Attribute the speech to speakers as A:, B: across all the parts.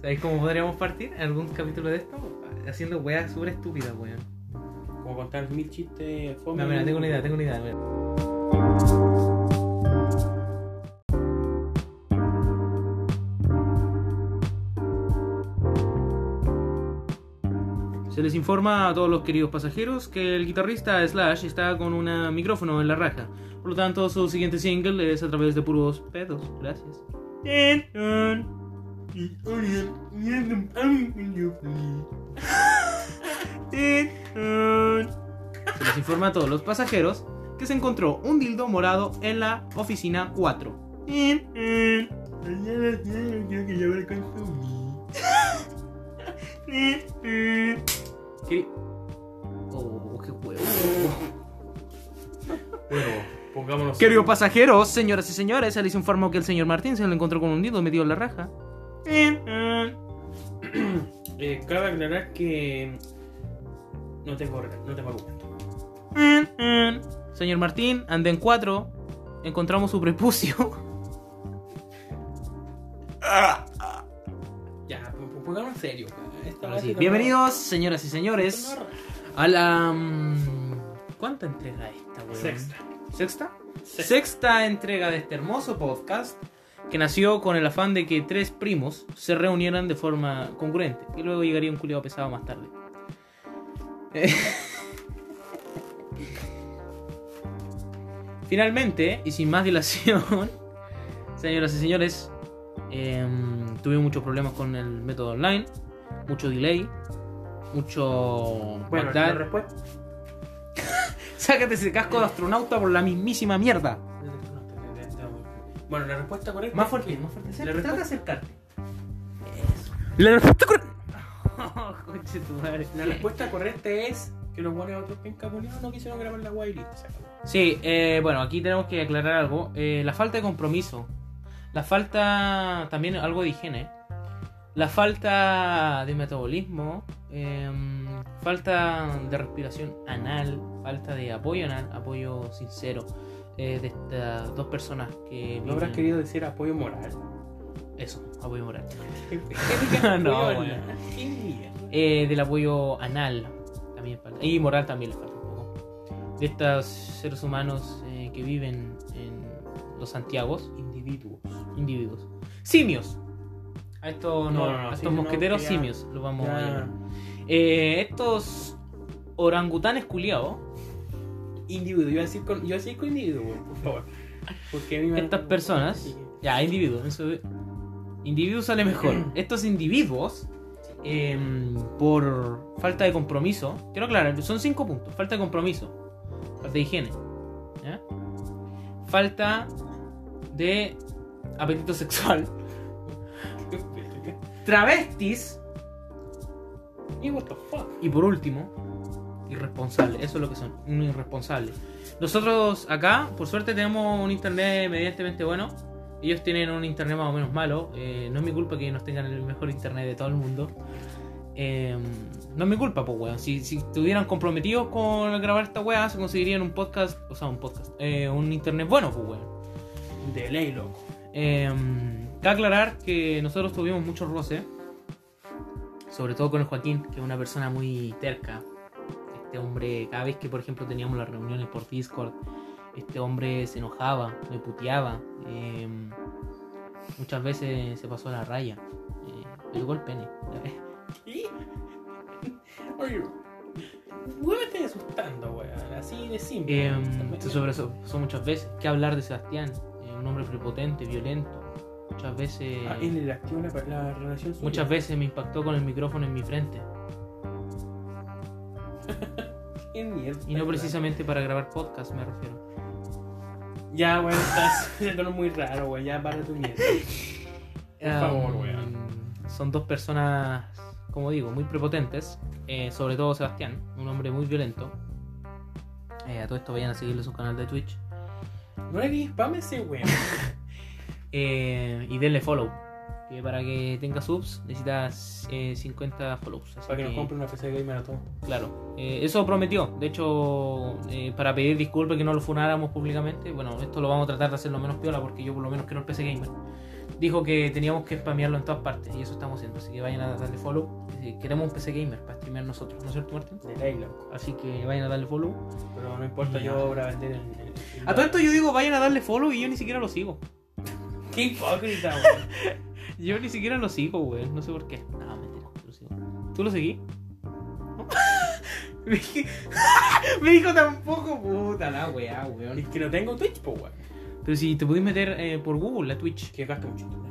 A: ¿Sabes cómo podríamos partir algún capítulo de esto? Haciendo weas súper estúpidas, weón.
B: Como contar mil chistes fome.
A: No, mira, tengo una idea, tengo una idea. mira.
C: Se les informa a todos los queridos pasajeros que el guitarrista Slash está con un micrófono en la raja. Por lo tanto, su siguiente single es a través de puros pedos. Gracias. Tin, tun. Tin, tun. Se les informa a todos los pasajeros que se encontró un dildo morado en la oficina 4. Tin, tun. Tin, tun. Queri- Oh, qué huevo.
B: Bueno, pongámonos.
C: Queridos pasajeros, señoras y señores, se les informó que el señor Martín se lo encontró con un dildo metido en la raja. Mm,
B: Eh, cabe aclarar que. No tengo, re- no tengo argumento.
C: mm, Señor Martín, anden 4, encontramos su prepucio.
B: Ya, po- po- pongámonos en serio. Esta
C: Ahora
B: base
C: sí,
B: no-
C: Bienvenidos, señoras y
B: no
C: señores,
B: arra-
C: a la... mm, ¿Cuánta entrega esta, weón?
B: Sexta.
C: ¿Sexta?
B: Sexta.
C: Sexta entrega de este hermoso podcast que nació con el afán de que tres primos se reunieran de forma concurrente y luego llegaría un culiado pesado más tarde. Eh. Finalmente, y sin más dilación, señoras y señores, em, tuve muchos problemas con el método online, mucho delay, mucho...
B: Bueno,
C: backdash.
B: la respuesta.
C: Sácate ese casco de astronauta por la mismísima mierda.
B: Bueno, la respuesta correcta.
C: Más fuerte, más fuerte. Trata de
B: La respuesta,
C: acercarte. La respuesta correcta. Coche Oh, tu madre.
B: la respuesta correcta es que los buenos otros pencas culiados no quisieron grabar la guay y listo, se acabó.
C: Sí, eh, bueno, aquí tenemos que aclarar algo. Eh, la falta de compromiso. La falta. También algo de higiene. La falta de metabolismo. em, falta de respiración anal. Falta de apoyo anal. Apoyo sincero. eh, de estas dos personas que.
B: ¿No habrás
C: viven-
B: querido decir apoyo moral?
C: Eso, apoyo moral.
B: ¿Qué- qué- qué- qué-
C: No,
B: apoyo
C: bueno.
B: moral? Qué mierda.
C: Eh, del apoyo anal también falta. Y moral también le falta un poco. De estos seres humanos eh, que viven en los Santiagos,
B: Individuos.
C: individuos. ¡Simios! A estos, no,
B: No, no, no,
C: a estos
B: simios no,
C: mosqueteros
B: que ya-
C: simios los vamos a
B: Ya.
C: llamar. Eh, estos orangutanes culiados,
B: Individuo, yo así con, yo así con individuo, por favor. Porque a mí me-
C: estas personas. Ya, individuos. en su- Individuo sale mejor. Estos individuos, em, por falta de compromiso, quiero aclarar, son cinco puntos. Falta de compromiso, falta de higiene, ¿ya? falta de apetito sexual, travestis
B: Y what the fuck.
C: y por último, irresponsables. Eso es lo que son, un irresponsable. Nosotros acá, por suerte, tenemos un internet mediantemente bueno. Ellos tienen un internet más o menos malo. Eh, no es mi culpa que ellos tengan el mejor internet de todo el mundo. Eh, no es mi culpa, pues, weón. Si, si estuvieran comprometidos con grabar esta weá, se conseguirían un podcast, o sea, un podcast, eh, un internet bueno, pues, weón.
B: De ley, loco.
C: Eh, que aclarar que nosotros tuvimos muchos roces, sobre todo con el Joaquín, que es una persona muy terca. Este hombre, cada vez que por ejemplo teníamos las reuniones por Discord, este hombre se enojaba, me puteaba, eh, muchas veces se pasó la raya, eh, me tocó el pene.
B: ¿Qué? Oye, weón, me estás asustando, weón. Así de simple.
C: Eh,
B: También.
C: se sobrepasó muchas veces. ¿Qué hablar de Sebastián? Eh, un hombre prepotente, violento. Muchas veces...
B: Ah, él le activó la, la relación suya.
C: em, Muchas veces me impactó con el micrófono en mi frente.
B: Qué mierda,
C: Y no
B: weón.
C: precisamente para grabar podcast, me refiero.
B: Ya, weón, estás haciéndolo muy raro, weón. Ya para tu mierda. Por favor,
C: Um, Son dos personas, como digo, muy prepotentes. eh, sobre todo Sebastián, un hombre muy violento. Eh, a todo esto vayan a seguirle su canal de Twitch.
B: No le digas spam a ese weón.
C: Eh, y denle follow. Que para que tenga subs necesitas eh, 50 follows. así
B: Para que nos
C: que-
B: compre una PC de gamer a todos.
C: Claro, eh, eso prometió. De hecho, eh, para pedir disculpas que no lo funáramos públicamente, bueno, esto lo vamos a tratar de hacer lo menos piola porque yo por lo menos quiero el PC Gamer. dijo que teníamos que spamearlo en todas partes y eso estamos haciendo. Así que vayan a darle follow. Eh, Queremos un PC gamer para streamear nosotros, ¿no es cierto, Martín?
B: De ley, loco.
C: Así que vayan a darle follow.
B: Pero no importa, yo voy a vender el. el- el-
C: A todo esto yo digo, vayan a darle follow y yo ni siquiera lo sigo.
B: Qué hipócrita, weón.
C: Yo ni siquiera lo sigo, güey. No sé por qué. No, mentira. Lo sigo. ¿Tú lo seguí? Me dije- Me dijo tampoco, puta la weá, weón.
B: Es que no tengo Twitch, po, weón.
C: Pero si te pudiste meter eh, por Google, la Twitch.
B: Que gasta mucho dinero.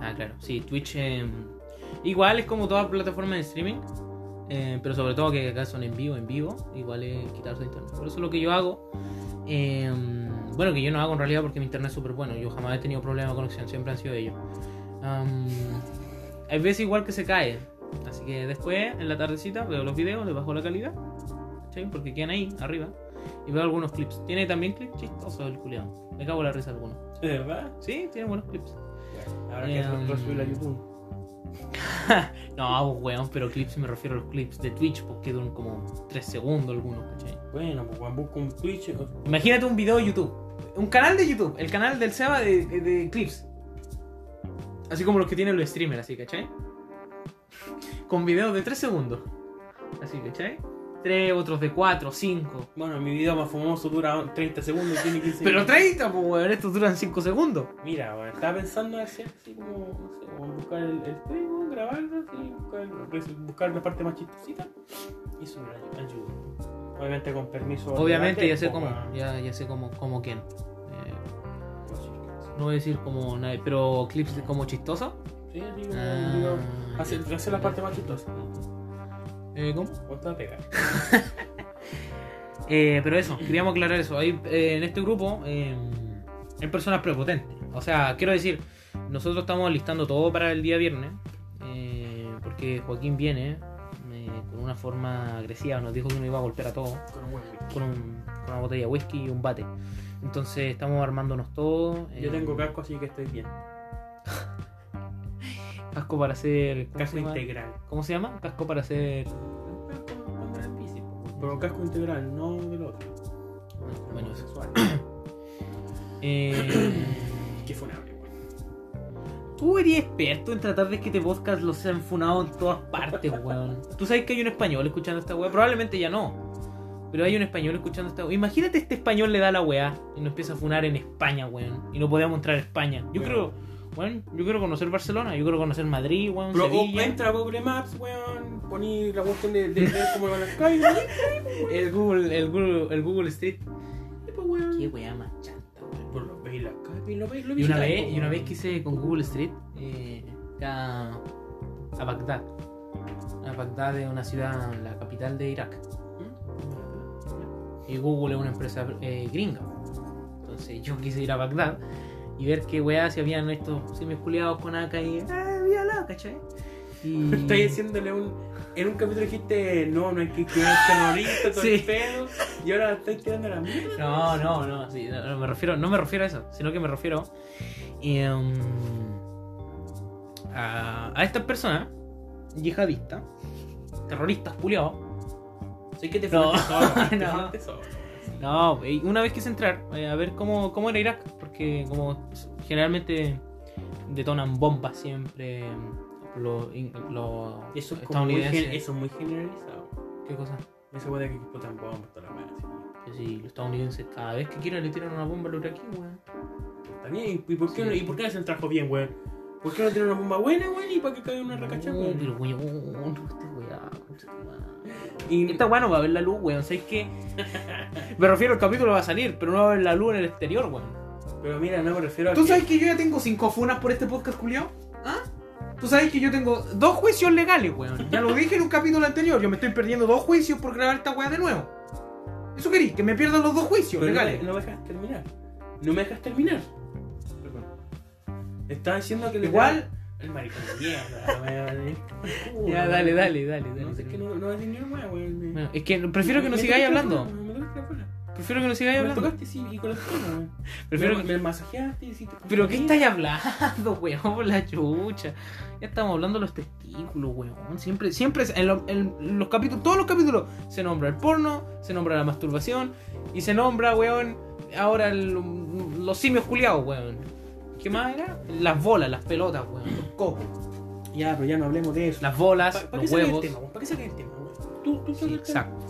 C: Ah, claro, sí, Twitch eh, igual es como toda plataforma de streaming, eh, pero sobre todo que acá son en vivo, en vivo, igual es quitarse de internet. Por eso lo que yo hago, eh, bueno, que yo no hago en realidad porque mi internet es súper bueno, yo jamás he tenido problemas de conexión, siempre han sido ellos. Am, hay veces igual que se cae, así que después en la tardecita veo los videos, les bajo la calidad, ¿cachai? porque quedan ahí, arriba, y veo algunos clips. Tiene también clips chistosos el culiao, me cago en la risa algunos.
B: ¿De verdad?
C: Sí, tiene buenos clips.
B: Ahora que
C: Em,
B: lo subirlo a YouTube.
C: No, pues, weón, pero clips me refiero a los clips de Twitch, porque duran como 3 segundos algunos, ¿cachai?
B: Bueno, pues weón, busco un Twitch. eh,
C: Imagínate un video de YouTube. Un canal de YouTube, el canal del Seba de, de- de clips. Así como los que tienen los streamers, así, ¿cachai? Con videos de 3 segundos. Así, ¿cachai? 3, otros de 4, 5.
B: Bueno, mi video más famoso dura 30 segundos, tiene 15
C: Pero
B: minutos.
C: 30, pues, weón, estos duran 5 segundos.
B: Mira, weón, estaba pensando hacer así como, no sé, weón, buscar el, el Facebook, grabarlo, así, buscar, res- buscar la parte más chistosita y subirla a YouTube. Obviamente con permiso.
C: Obviamente,
B: legal,
C: ya sé
B: pues,
C: cómo,
B: weón. Pues,
C: ya, ya sé cómo, cómo quién. Eh, no voy a decir como nadie, pero clips de- como chistosos.
B: Sí, así como
C: Ah,
B: un video. Hacer,
C: ya.
B: hacer la parte más chistosa.
C: Eh, ¿Cómo?
B: O está pega.
C: Eh, pero eso, queríamos aclarar eso. Hay, eh, en este grupo eh, hay personas prepotentes. O sea, quiero decir, nosotros estamos listando todo para el día viernes. eh, porque Joaquín viene eh, con una forma agresiva. Nos dijo que nos iba a golpear a todos
B: Con un buen wiki.
C: con, un- con una botella de whisky y un bate. Entonces estamos armándonos todo. eh,
B: Yo tengo casco, así que estoy bien.
C: casco para hacer. ¿cómo
B: Casco
C: se, llama?
B: integral.
C: ¿Cómo se llama? Casco para hacer.
B: Casco cuando era en bici, po. Pero casco integral, no del otro.
C: Bueno, eso.
B: Sexual.
C: Eh,
B: Qué funable, weón.
C: Tú eres experto en tratar de que este podcast los sean funado en todas partes, weón. Tú sabes que hay un español escuchando esta weá. Probablemente ya no. Pero hay un español escuchando esta weá. Imagínate este español le da la weá y nos empieza a funar en España, weón. Y no podemos entrar a España. Yo
B: Weón.
C: creo, weón, yo quiero conocer Barcelona, yo quiero conocer Madrid, weón,
B: Pero o-
C: Sevilla.
B: entra a Google Maps, weón. Poní la cuestión de, de ver cómo van las calles, weón.
C: El Google, el Google, el Google Street.
B: Y pues, weón.
C: Qué weá más chanta, weón.
B: Por lo veis las calles, y lo veis, lo
C: Y una
B: visitáis,
C: vez,
B: po,
C: y una vez
B: weón.
C: que hice con Google Street, eh, acá a Bagdad. A Bagdad es una ciudad, la capital de Irak. Y Google es una empresa eh, gringa. Entonces yo quise ir a Bagdad y ver qué weá si habían estos semiculeados con AK y. ¡Ah, mírala, cachai! Y.
B: Estoy diciéndole un. En un capítulo dijiste, no, no hay que cuidar al terrorista, todo
C: Sí.
B: el pedo. Y ahora estoy tirando a la mierda.
C: No, no, no, sí, no, no me refiero, no me refiero a eso, sino que me refiero em, a, a estas personas yihadistas, terroristas, culiados.
B: Sé que te
C: No.
B: fuiste solo, te
C: No.
B: fuiste solo.
C: No, y una vez quise entrar eh, a ver cómo, cómo era Irak, porque como generalmente detonan bombas siempre los
B: Eso es como muy,
C: estadounidenses.
B: gen- eso es muy generalizado.
C: ¿Qué cosa?
B: Esa weá de que explotan bombas, toda la weá. así.
C: Que si los estadounidenses cada vez que quieran le tiran una bomba al iraquí, weón.
B: Está bien, ¿y por qué,
C: Sí.
B: no, ¿y por qué no hacen trabajo bien, weón? ¿Por qué no tienen una bomba buena, weón? ¿Y para que caiga una racacha,
C: No,
B: weón?
C: pero weón, este weá, concha tu madre.
B: Y
C: Esta weá no va a ver la luz, weón. ¿Sabes qué? Me refiero al capítulo va a salir, pero no va a ver la luz en el exterior, weón.
B: Pero mira, no me refiero a.
C: ¿Tú
B: que-
C: sabes que yo ya tengo cinco funas por este podcast, Julio? ¿Ah? ¿Tú sabes que yo tengo dos juicios legales, weón? Ya lo dije en un capítulo anterior. Yo me estoy perdiendo dos juicios por grabar esta weá de nuevo. Eso querí, que me pierdan los dos juicios
B: Pero no,
C: legales.
B: me- no me dejas terminar. No me dejas terminar. Perdón. Estaba diciendo que. le-
C: Igual.
B: El maricón de mierda, weón. Uy,
C: Ya,
B: weón.
C: dale, dale, dale. dale,
B: No sé, es que
C: dale.
B: no, no vas a decir ni una weá, weón.
C: Bueno, es que prefiero que no
B: Me
C: sigáis
B: tocaste la
C: hablando.
B: cola, Me tocaste la cola.
C: Prefiero que no sigáis
B: Me
C: hablando.
B: tocaste, sí, y con la cola, weón.
C: Prefiero
B: me,
C: que...
B: me masajeaste y hiciste.
C: Pero ¿qué estáis hablando, weón? Por La chucha. Ya estamos hablando de los testículos, weón. Siempre, siempre, en, lo- en los capítulos, todos los capítulos, se nombra el porno, se nombra la masturbación y se nombra, weón, ahora el- los simios culiados, weón. ¿Qué más era? Las bolas, las pelotas, weón. Los cocos.
B: Ya, pero ya no hablemos de eso.
C: Las bolas,
B: ¿Para qué
C: los
B: sacar el
C: huevos.
B: tema? weón? ¿Para qué sacar el tema? weón? Tú, tú
C: Sí,
B: saca el tema.
C: exacto.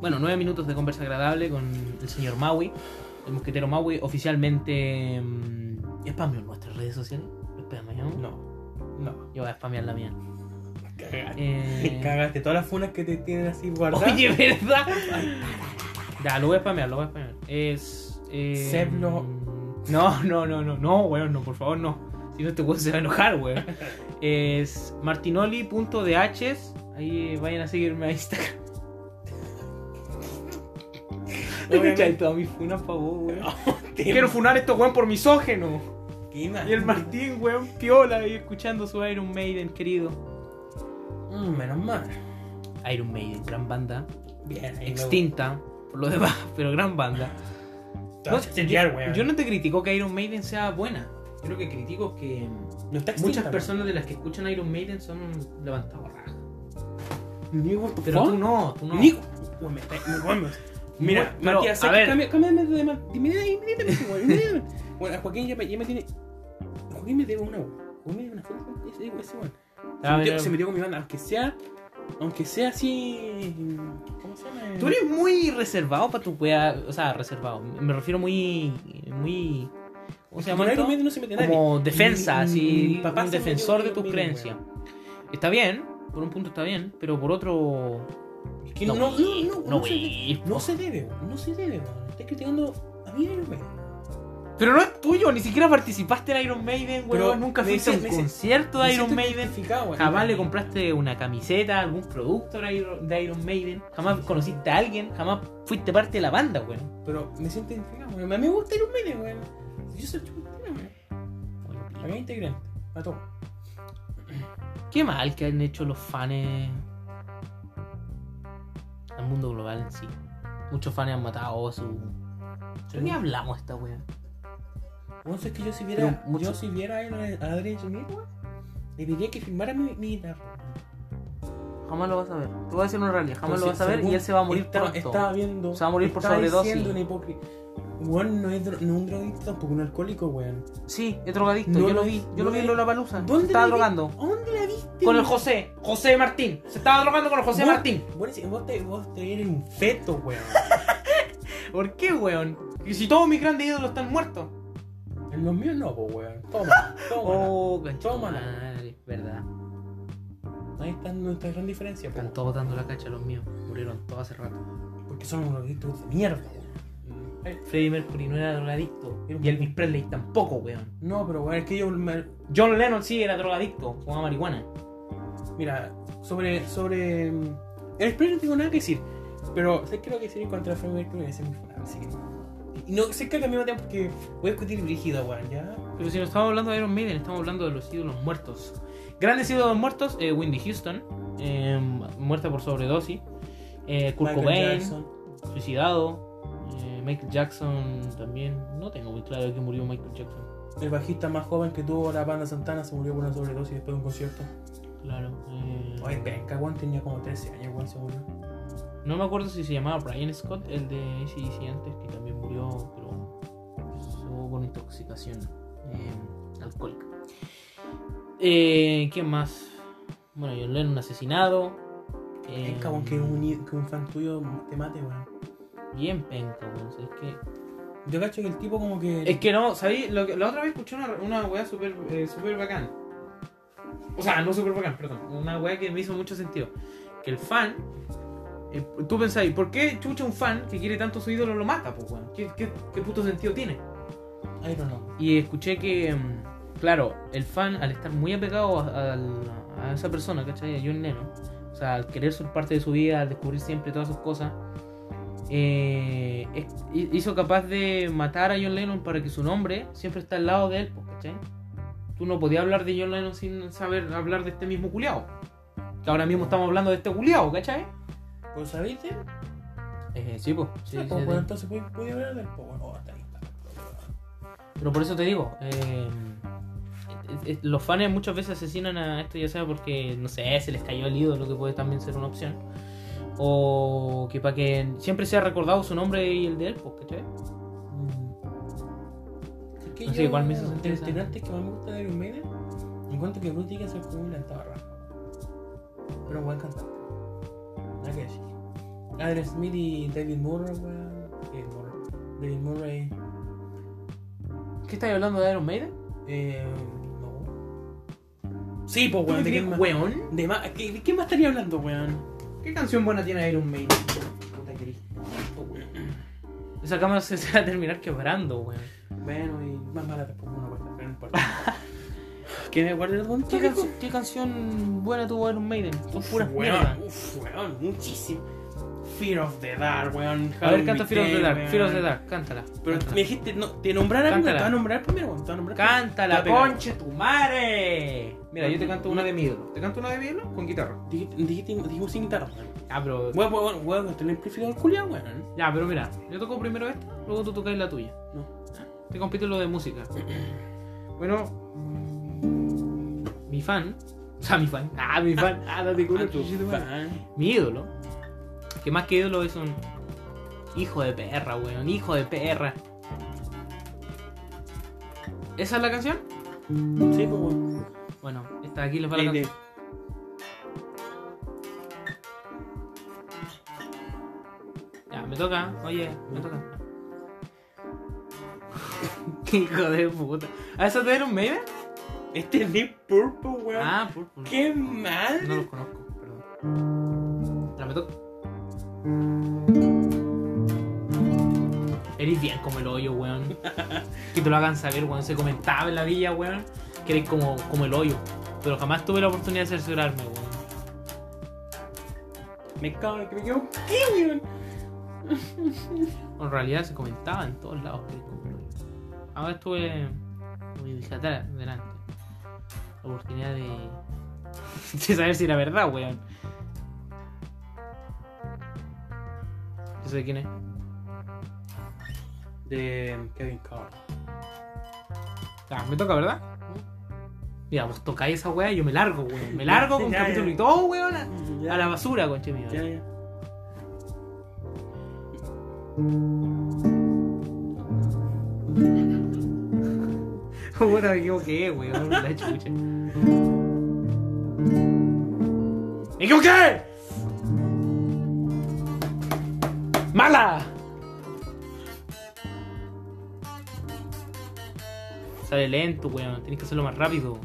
C: Bueno, nueve minutos de conversa agradable con el señor Maui. El mosquetero Maui oficialmente. mm, ¿Spameo en nuestras redes sociales? ¿Lo spameamos?
B: No, no.
C: Yo voy a spamear la mía.
B: Cagaste.
C: Eh,
B: Cagaste todas las funas que te tienen así guardadas.
C: Oye, ¿verdad? Ya, lo voy a spamear, lo voy a spamear. Es. eh,
B: Sebno.
C: No, no, no, no, no, weón, no, por favor, no. Si no, este weón se va a enojar, weón. Es martinoli.dh. Ahí eh, vayan a seguirme a Instagram.
B: Obviamente.
C: Cachai, todas mis funas pa' vos, weón.
B: Te-
C: Quiero funar a estos weón por misógeno.
B: ¿Qué más?
C: Y el Martín, weón, piola ahí escuchando su Iron Maiden, querido.
B: Mm, menos mal.
C: Iron Maiden, gran banda.
B: Bien, ahí me
C: Extinta, por lo demás, pero gran banda.
B: gusta. Te vas a incendiar,
C: yo,
B: weón.
C: yo no te critico que Iron Maiden sea buena. Yo lo que critico es que
B: No está extinta,
C: muchas
B: weón.
C: personas de las que escuchan Iron Maiden son levantados raja.
B: Ni what the
C: Pero
B: fuck.
C: tú no, tú no.
B: Ni- Weón, me está- me- weón, me- Mira,
C: pero,
B: Matías,
C: a
B: a
C: ver.
B: ver. cámbiame de tema. Dime, dime, dime, dime, weón, dime, dime. Bueno, a Joaquín ya me, ya me tiene. Joaquín me debe una, weón. Joaquín me debe una foto, weón. Ese, ese, weón. Se
C: Ah,
B: metió,
C: mira.
B: se metió con mi banda, aunque sea. Aunque sea así. ¿Cómo se llama?
C: Tú eres muy reservado para tu wea, o sea, reservado. Me refiero muy, muy, ¿cómo se llama
B: Con
C: esto?
B: Iron Maiden no se mete nadie.
C: Como defensa,
B: Mi-
C: así,
B: mi papá
C: un
B: se metió
C: defensor
B: con
C: de tus
B: Iron Maiden,
C: creencias. Está bien, por un punto está bien, pero por otro,
B: Es que
C: No,
B: no, no, no,
C: no,
B: se debe.
C: wey.
B: No se debe, weón. No se debe, weón. Estás criticando a mí Iron Maiden.
C: Pero no es tuyo, ni siquiera participaste en Iron Maiden,
B: Pero
C: weón. Nunca
B: me
C: fuiste a un
B: dice- me dice-
C: concierto
B: Me
C: de Iron
B: siento
C: Maiden.
B: identificado, weón.
C: Jamás le compraste una camiseta, algún producto de Iron de Iron Maiden. Jamás conociste a alguien, jamás fuiste parte de la banda, weón.
B: Pero me siento identificado, weón. A mí me gusta Iron Maiden, weón. Yo soy chupetera, weón. A mí integrante. A todo.
C: Qué mal que han hecho los fans al mundo global en sí. Muchos fans han matado a su. ¿De qué hablamos esta wea?
B: Bueno, es que yo si
C: Pero
B: viera,
C: mucho-
B: yo si viera a Adrian- a Adrian Smith, weón, le diría que firmara mi, mi guitarra.
C: Jamás lo vas a ver. Te voy a decir una realidad, jamás lo
B: Entonces,
C: vas a ver
B: según
C: y él se va a morir
B: estaba,
C: pronto.
B: Estaba viendo.
C: Se va a morir por
B: estaba
C: sobredosis.
B: diciendo una hipócrita. Weón no es dro- no es un drogadicto tampoco, un alcohólico, weón.
C: Sí, es drogadicto,
B: No
C: yo
B: lo
C: lo
B: vi,
C: vi, yo
B: no
C: lo vi en
B: vi.
C: Lola Palusa.
B: ¿Dónde
C: Estaba
B: lo vi?
C: drogando.
B: ¿A dónde la viste?
C: Con el
B: weón?
C: José, José Martín. Se estaba drogando con el José
B: Vos-
C: Martín.
B: Vos, eres- vos te, vos te eres un feto, weón.
C: ¿Por qué, weón? Y si todos mis grandes ídolos están muertos.
B: en los míos no, po, weón. Toma, toma.
C: Oh, cancha.
B: Tómala.
C: madre, Verdad.
B: Ahí está nuestra gran diferencia, po,
C: Están todos dando la cacha a los míos. Murieron todos hace rato.
B: Porque son unos drogadictos de mierda, weón. Eh,
C: Freddie Mercury no era drogadicto.
B: Era un-
C: Y Elvis Presley tampoco, weón.
B: No, pero weón, es que yo me,
C: John Lennon sí era drogadicto. Fumaba marihuana.
B: Mira, sobre. sobre mm, el Spring no tengo nada que decir. Pero sé que lo que decir en cuanto a Freddie Mercury es semifinal, así que. Y no sé que al mismo tiempo porque voy a discutir Brígido, weón, ya.
C: Pero si no estamos hablando de Iron Maiden, estamos hablando de los ídolos muertos. Grandes ídolos muertos, eh, Wendy Houston, eh, muerta por sobredosis. Eh, Kurt
B: Michael
C: Cobain,
B: Jackson.
C: suicidado. eh, Michael Jackson también. No tengo muy claro de que murió Michael Jackson.
B: El bajista más joven que tuvo la banda Santana se murió por una sobredosis después de un concierto.
C: Claro. eh,
B: Oye, penca, weón, tenía como 13 años, weón, seguro.
C: no me acuerdo si se llamaba Brian Scott, el de ACDC antes, que también murió, pero estuvo con intoxicación eh, alcohólica. Eh, ¿Quién más? Bueno, John Lennon asesinado. eh,
B: Penca, weón, que un, i- que un fan tuyo te mate, weón.
C: Bien penca, weón. Es que,
B: Yo cacho que el tipo como que.
C: es que no, ¿sabí? Lo que- la otra vez escuché una, una weá súper eh, súper bacán. O sea, no súper bacán, perdón. Una weá que me hizo mucho sentido. Que el fan. eh, tú pensáis, ¿por qué chucha un fan que quiere tanto su ídolo lo mata, pues, weón? ¿Qué, qué, qué puto sentido tiene?
B: I don't know.
C: Y escuché que, mm, claro, el fan al estar muy apegado a, al- a esa persona, ¿cachai? A John Lennon, o sea, al querer ser parte de su vida, al descubrir siempre todas sus cosas, eh, es- hi- hizo capaz de matar a John Lennon para que su nombre siempre está al lado de él, pues, ¿cachai? Tú no podías hablar de John Lennon sin saber hablar de este mismo culiao. Que ahora mismo estamos hablando de este culiao, ¿cachai?
B: ¿Pues sabiste?
C: Eh, sí, pues.
B: Sí, pues, weón, entonces voy, voy a hablar del po, weón. Oh, está ahí, está.
C: Pero por eso te digo, eh, es- es- los fans muchas veces asesinan a esto, ya sea porque, no sé, se les cayó el ídolo, que puede también ser una opción. O que para que siempre sea recordado su nombre y el de él, pues, ¿cachai?
B: Mm. que
C: No sé,
B: yo.
C: igual me hizo sentir
B: de los
C: esa-
B: integrantes que más me gusta de Iron Maiden, encuentro que Bruce Dickinson es como un antabarra. Pero un buen cantante. Nada que decir. Adrian Smith y David Moore, weón. David Moore. David Murray.
C: ¿Qué estáis hablando de Iron Maiden?
B: Eh. No. Sí, pues, weón. ¿De qué más?
C: weón?
B: De, más- ¿qué- ¿De qué más estaría hablando, weón?
A: ¿Qué canción buena tiene Iron Maiden? Puta que
C: Esa cámara se se va a terminar quebrando, weón.
B: Bueno, y más mala tampoco me acuerdo, pero no importa. que me acuerdo de un
C: ¿Qué, canción- qué canción buena tuvo Iron Maiden? Son puras mierdas.
B: Uf, weón, muchísimo. Fear of the Dark, weón.
C: A ver,
B: Halloween
C: canta Fear of the
B: Day,
C: Dark,
B: weón.
C: Fear of the Dark, cántala.
B: Pero
C: cántala.
B: me dijiste, no, te nombrará primero,
C: Cántala.
B: te va a nombrar primero, weón, te va a nombrar primero.
C: Cántala,
B: Te va a pegar.
C: conche tu madre.
A: Mira, yo te canto una de mi ídolo. ¿Te canto una de mi ídolo? Con guitarra.
B: Dijiste, dijiste, dijimos sin guitarra, weón.
C: Ya, Ah, pero.
B: Weón, weón, weón, weón, te lo amplificador culiao, weón.
C: Ya, pero mira, yo toco primero esta, luego tú tocas la tuya.
B: No.
C: Te compito lo de música.
A: Bueno,
C: Mi fan, o sea, mi fan, ah, mi fan, ah, date culo,
B: Ah, tu
C: chuchito, madre.
B: fan.
C: mi ídolo, que más que ídolo es un hijo de perra, weón, hijo de perra. ¿Esa es la canción?
B: Sí, pues, weón.
C: Bueno, esta de aquí les va la
B: Ahí te-
C: canción. Ya, me toca, oye, me toca. Qué hijo de puta. ¿A eso te Iron Maiden?
B: Este es Deep Purple, weón.
C: Ah, por, por-
B: Qué mal.
C: No los conozco, perdón. La meto. Eres bien como el hoyo, weón. que te lo hagan saber, weón. Se comentaba en la villa, weón, que eres como, como el hoyo. Pero jamás tuve la oportunidad de cerciorarme, weón.
B: Me cago en el que me quedo. ¿Qué, weón?
C: En realidad se comentaba en todos lados que eres como el hoyo. Ahora estuve. Como dije atrás, delante. La oportunidad de. de saber si era verdad, weón. Yo sé quién es.
B: De Kevin Carr.
C: Ya, Ah, me toca, ¿verdad? Mira, vos tocáis esa weá y yo me largo, weón. Me largo con
B: Ya, ya.
C: capítulo y todo, weón. A a la basura, conche mío.
B: Ya, ya.
C: Bueno, me equivoqué, weón. La chucha. ¡Me equivoqué! ¡Mala! Sale lento, weón. Tenés que hacerlo más rápido.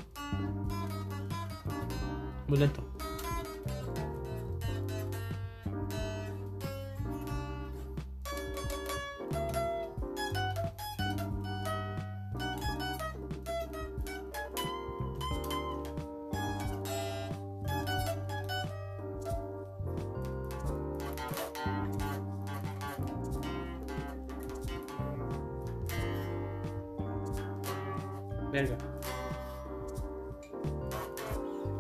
C: Muy lento.
B: Verga.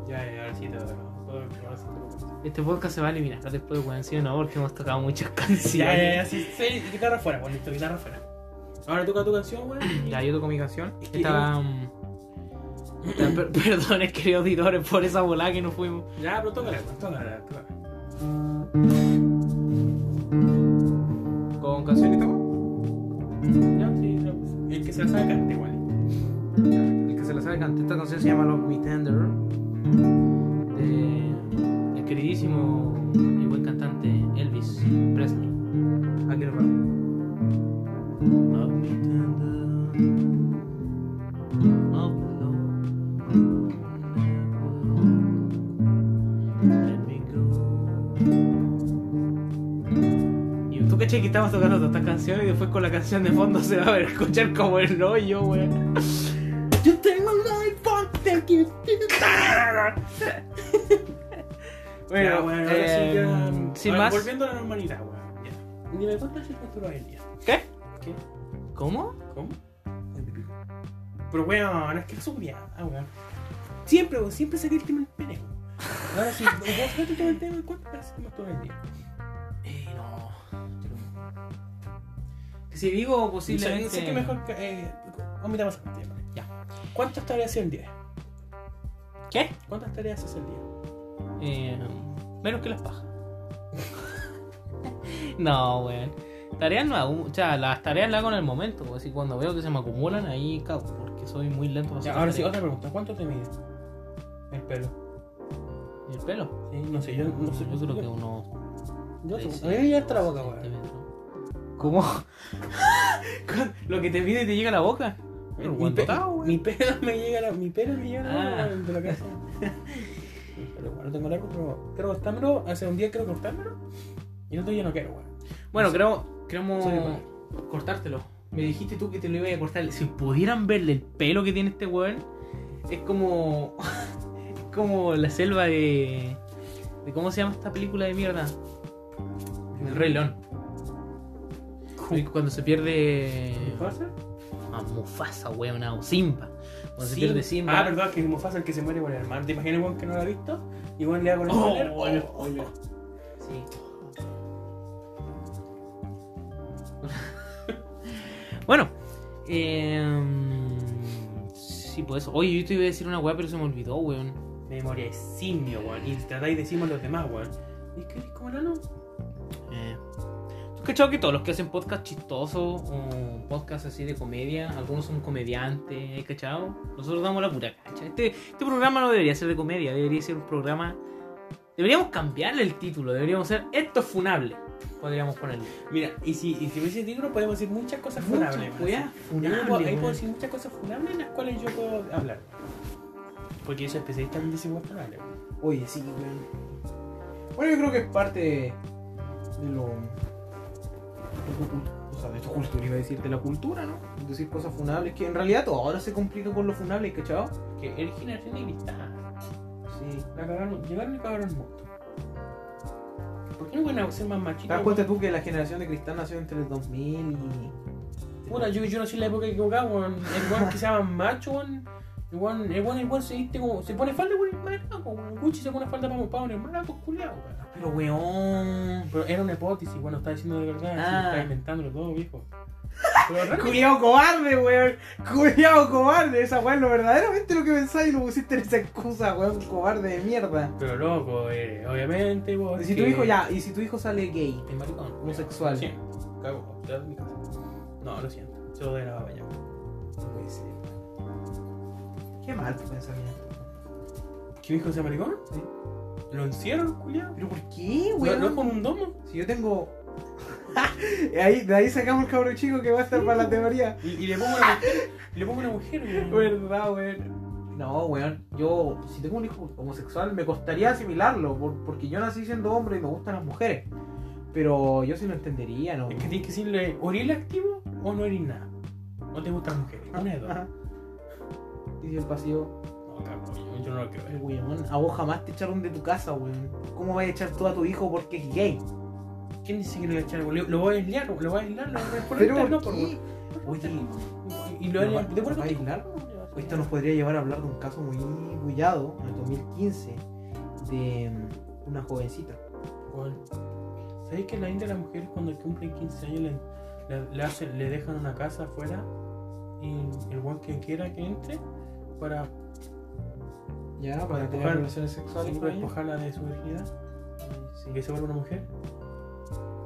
B: Ya, ya, ahora sí te lo- todo lo que vas a hacer.
C: Este podcast se va a eliminar después, weón. Sí, no, porque hemos tocado muchas
B: Ya,
C: canciones.
B: ya, ya, sí, sí, guitarra fuera, bueno, listo, guitarra fuera. Ahora toca tu canción, weón.
C: Ya, yo toco mi canción.
B: Es que
C: Esta. mm, esta- per- Perdones, queridos auditores, por esa volada que nos fuimos.
B: Ya, pero tócala, weón, tócala, tócala.
C: Con canción y todo.
B: Ya, sí, ya. El que se la sabe cante, igual.
A: el que se la sabe cantar. Esta canción se llama Love Me Tender.
C: De el queridísimo y buen cantante Elvis Presley.
B: Ah,
A: Aquí lo va.
C: Love me tender, love me long, let me go. Y tú caché que estabas tocando todas estas canciones y después con la canción de fondo se va a ver escuchar como el hoyo, weón.
B: Yo tengo un iPhone, te quiero.
C: Bueno,
B: Ya, weón, ahora sí,
C: eh,
B: ya.
C: sin
B: A ver,
C: más.
B: Volviendo a la normalidad, weón. Ya. Dime, ¿cuántas cifras tú lo el día?
C: ¿Qué?
B: ¿Qué?
C: ¿Cómo?
B: ¿Cómo? Pero weón, es que es subida, ah, weón. Siempre, weón, siempre saqué el tema del pendejo. Ahora sí, vos sacaste todo el tema, ¿cuántas veces tomas todo el día?
C: Eh, no. Que si digo posiblemente.
B: Sé que mejor que. Eh, omitamos el tema.
C: Ya.
B: ¿Cuántas tareas haces el día?
C: ¿Qué?
B: ¿Cuántas tareas haces el día?
C: Eh, menos que las pajas. no, weón. Tareas no hago, o sea, las tareas las hago en el momento, pues, así cuando veo que se me acumulan, ahí cago, porque soy muy lento para
B: Ya,
C: hacer
B: ahora sí,
C: tareas.
B: otra pregunta. ¿Cuánto te mide el pelo?
C: ¿Y el pelo?
B: Sí, no sé, yo no sé.
C: Yo creo que unos
B: Yo,
C: Sí, sí.
B: a mí me llega hasta la boca, weón.
C: centímetros. ¿Cómo? Con Lo que te mide te llega a la boca. Pero
B: Mi, pe-
C: guandotado, weón.
B: mi pelo me llega a la, mi pelo me llega a la
C: Ah.
B: boca, weón, de la casa. pero bueno, tengo largo, pero quiero cortármelo. Hace un día quiero cortármelo. Y el otro día no quiero, weón.
C: Bueno, creo, queremos
B: Soy igual.
C: cortártelo. Me dijiste tú que te lo iba a cortar. Si pudieran verle el pelo que tiene este weón, es como. es como la selva de. de ¿Cómo se llama esta película de mierda? El Rey León. Y Cuando se pierde.
B: ¿Qué pasa?
C: A Ah, Mufasa, weón, o Simba. Cuando se pierde Simba.
B: Ah, perdón, que Mufasa es el que se muere con el hermano. ¿Te imaginas, weón, que no lo ha visto? Y weón le da con el
C: Oh,
B: spoiler.
C: spoiler, Sí. bueno. em, sí, pues eso. Oye, yo te iba a decir una weá, pero se me olvidó, weón.
B: Memoria de simio, weón. Y tratáis de decimos los demás, weón. Es que eres como enano.
C: Eh, ¿Tú has cachado que todos los que hacen podcast chistosos o podcast así de comedia, algunos son comediantes, ¿has cachado? Nosotros damos la pura cacha. Este, este programa no debería ser de comedia, debería ser un programa... Deberíamos cambiarle el título, deberíamos ser Esto es funable, podríamos ponerle.
B: Mira, y si, y si hubiese título, podemos decir muchas cosas funables.
C: Muchas
B: weón.
C: weas
B: Yo
C: funables,
B: puedo- pues, ahí
C: weón.
B: puedo decir muchas cosas funables en las cuales yo puedo hablar. Porque yo soy especialista en decir cosas funables.
D: Oye, sí, weón. Bueno, yo creo que es parte de, de lo. de lo cult- O sea, de tu cultura, iba a decir, de la cultura, ¿no? Decir cosas funables, que en realidad todo ahora se complica con lo funable, ¿cachado?
B: Que el generación de cristal.
D: Sí.
B: La cagaron, llegaron y cagaron el mundo. ¿Por qué no pueden ser más
D: ¿Te
B: machitos?
D: das Ah, cuenta tú que la generación de cristal nació entre el 2000 y.
B: Puta, yo, yo nací en la época equivocada, weón. El weón que se llama macho, weón. El weón, el weón, el weón se viste como. Se pone falda, weón, el maraco, pues, weón. Gucci sacó una falda para pa un maraco, culiao, weón.
C: Pero weón.
B: Pero era una hipótesis, weón, no estaba diciendo de verdad,
C: Ah.
B: sí, estaba inventándolo todo, viejo. Pero realmente-
D: Culiao cobarde, weón. Culiao cobarde. Esa weón, lo verdaderamente lo que pensás y lo pusiste en esa excusa, weón. Cobarde de mierda.
B: Pero loco, eh, obviamente, vos.
D: Y si tu hijo ya, y si tu hijo sale gay,
B: Es maricón.
D: homosexual.
B: Sí, cago, te das mi casa. No, lo siento, se lo doy a la baba ya.
D: No puede ser. Qué mal tu pensamiento.
B: ¿Que mi hijo sea maricón?
D: Sí.
B: ¿Lo encierro, culiao?
D: ¿Pero por qué,
B: ¿Lo,
D: weón?
B: lo con un domo?
D: Si yo tengo. ahí, de ahí sacamos el cabro chico que va a estar para la teoría.
B: Y, y le pongo una mujer, y le pongo una mujer, weón.
D: ¿Verdad, weón? No, weón. Yo, si tengo un hijo homosexual, me costaría asimilarlo. por- porque yo nací siendo hombre y me gustan las mujeres. Pero yo sí lo entendería, ¿no?
B: Es que tienes que decirle, ¿o eres activo o no eres nada? No te gustan las mujeres, una de dos.
D: Ajá. Y si el pasivo,
B: No, cabrón, yo, yo no lo creo. eh.
D: "Ay, weón, a vos jamás te echaron de tu casa, weón. ¿Cómo vas a echar tú a tu hijo porque es gay?
B: ¿Quién dice que lo voy a echar? Lo, lo voy a aislar, lo voy a aislar, lo voy a poner por
D: Pero,
B: interno,
D: ¿por qué?
B: por-
D: Oye,
B: Y, y lo voy a
D: ¿No
B: de por
D: va a aislar? Esto nos podría llevar a hablar de un caso muy bullado en el 2015 de mm, una jovencita.
B: Bueno, ¿Sabéis que en la India las mujeres cuando cumplen 15 años le, le- le hacen- le dejan una casa afuera y el buen que quiera que entre para
D: Ya,
B: para tener
D: Ah, relaciones
B: sí, para despojarla de su virginidad y que se vuelva una mujer?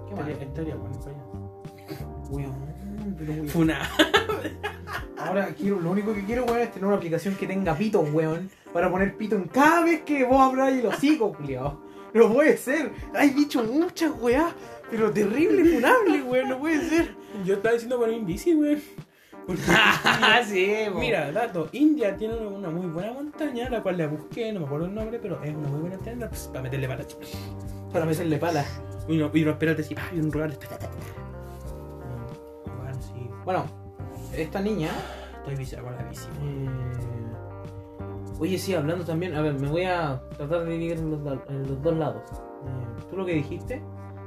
D: Qué
B: Estaría,
D: mal.
B: estaría bueno para allá.
D: Weón, pero weón.
B: Funa.
D: Ahora quiero, lo único que quiero, weón, es tener una aplicación que tenga pito, weón. Para poner pito en cada vez que vos habláis el hocico, culiao. No puede ser. Hay dicho muchas weá, pero terrible, funable, weón. No puede ser.
B: Yo estaba diciendo para en bici, güey. Porque-
C: sí, po.
B: Ah, Mira, dato, India tiene una- una muy buena montaña, la cual la busqué, no me acuerdo el nombre, pero es una muy buena tienda pues, para meterle para
D: Para meterle pala.
B: Y no, y no espérate, sí, pa, y un regalo. ta, ta, ta, ta. Mm, Bueno, sí,
D: Bueno, esta niña
B: estoy viciado con la bici.
C: Eh, Oye, sí, hablando también. A ver, me voy a tratar de dividir en los, da- en los dos lados. Eh, Tú lo que dijiste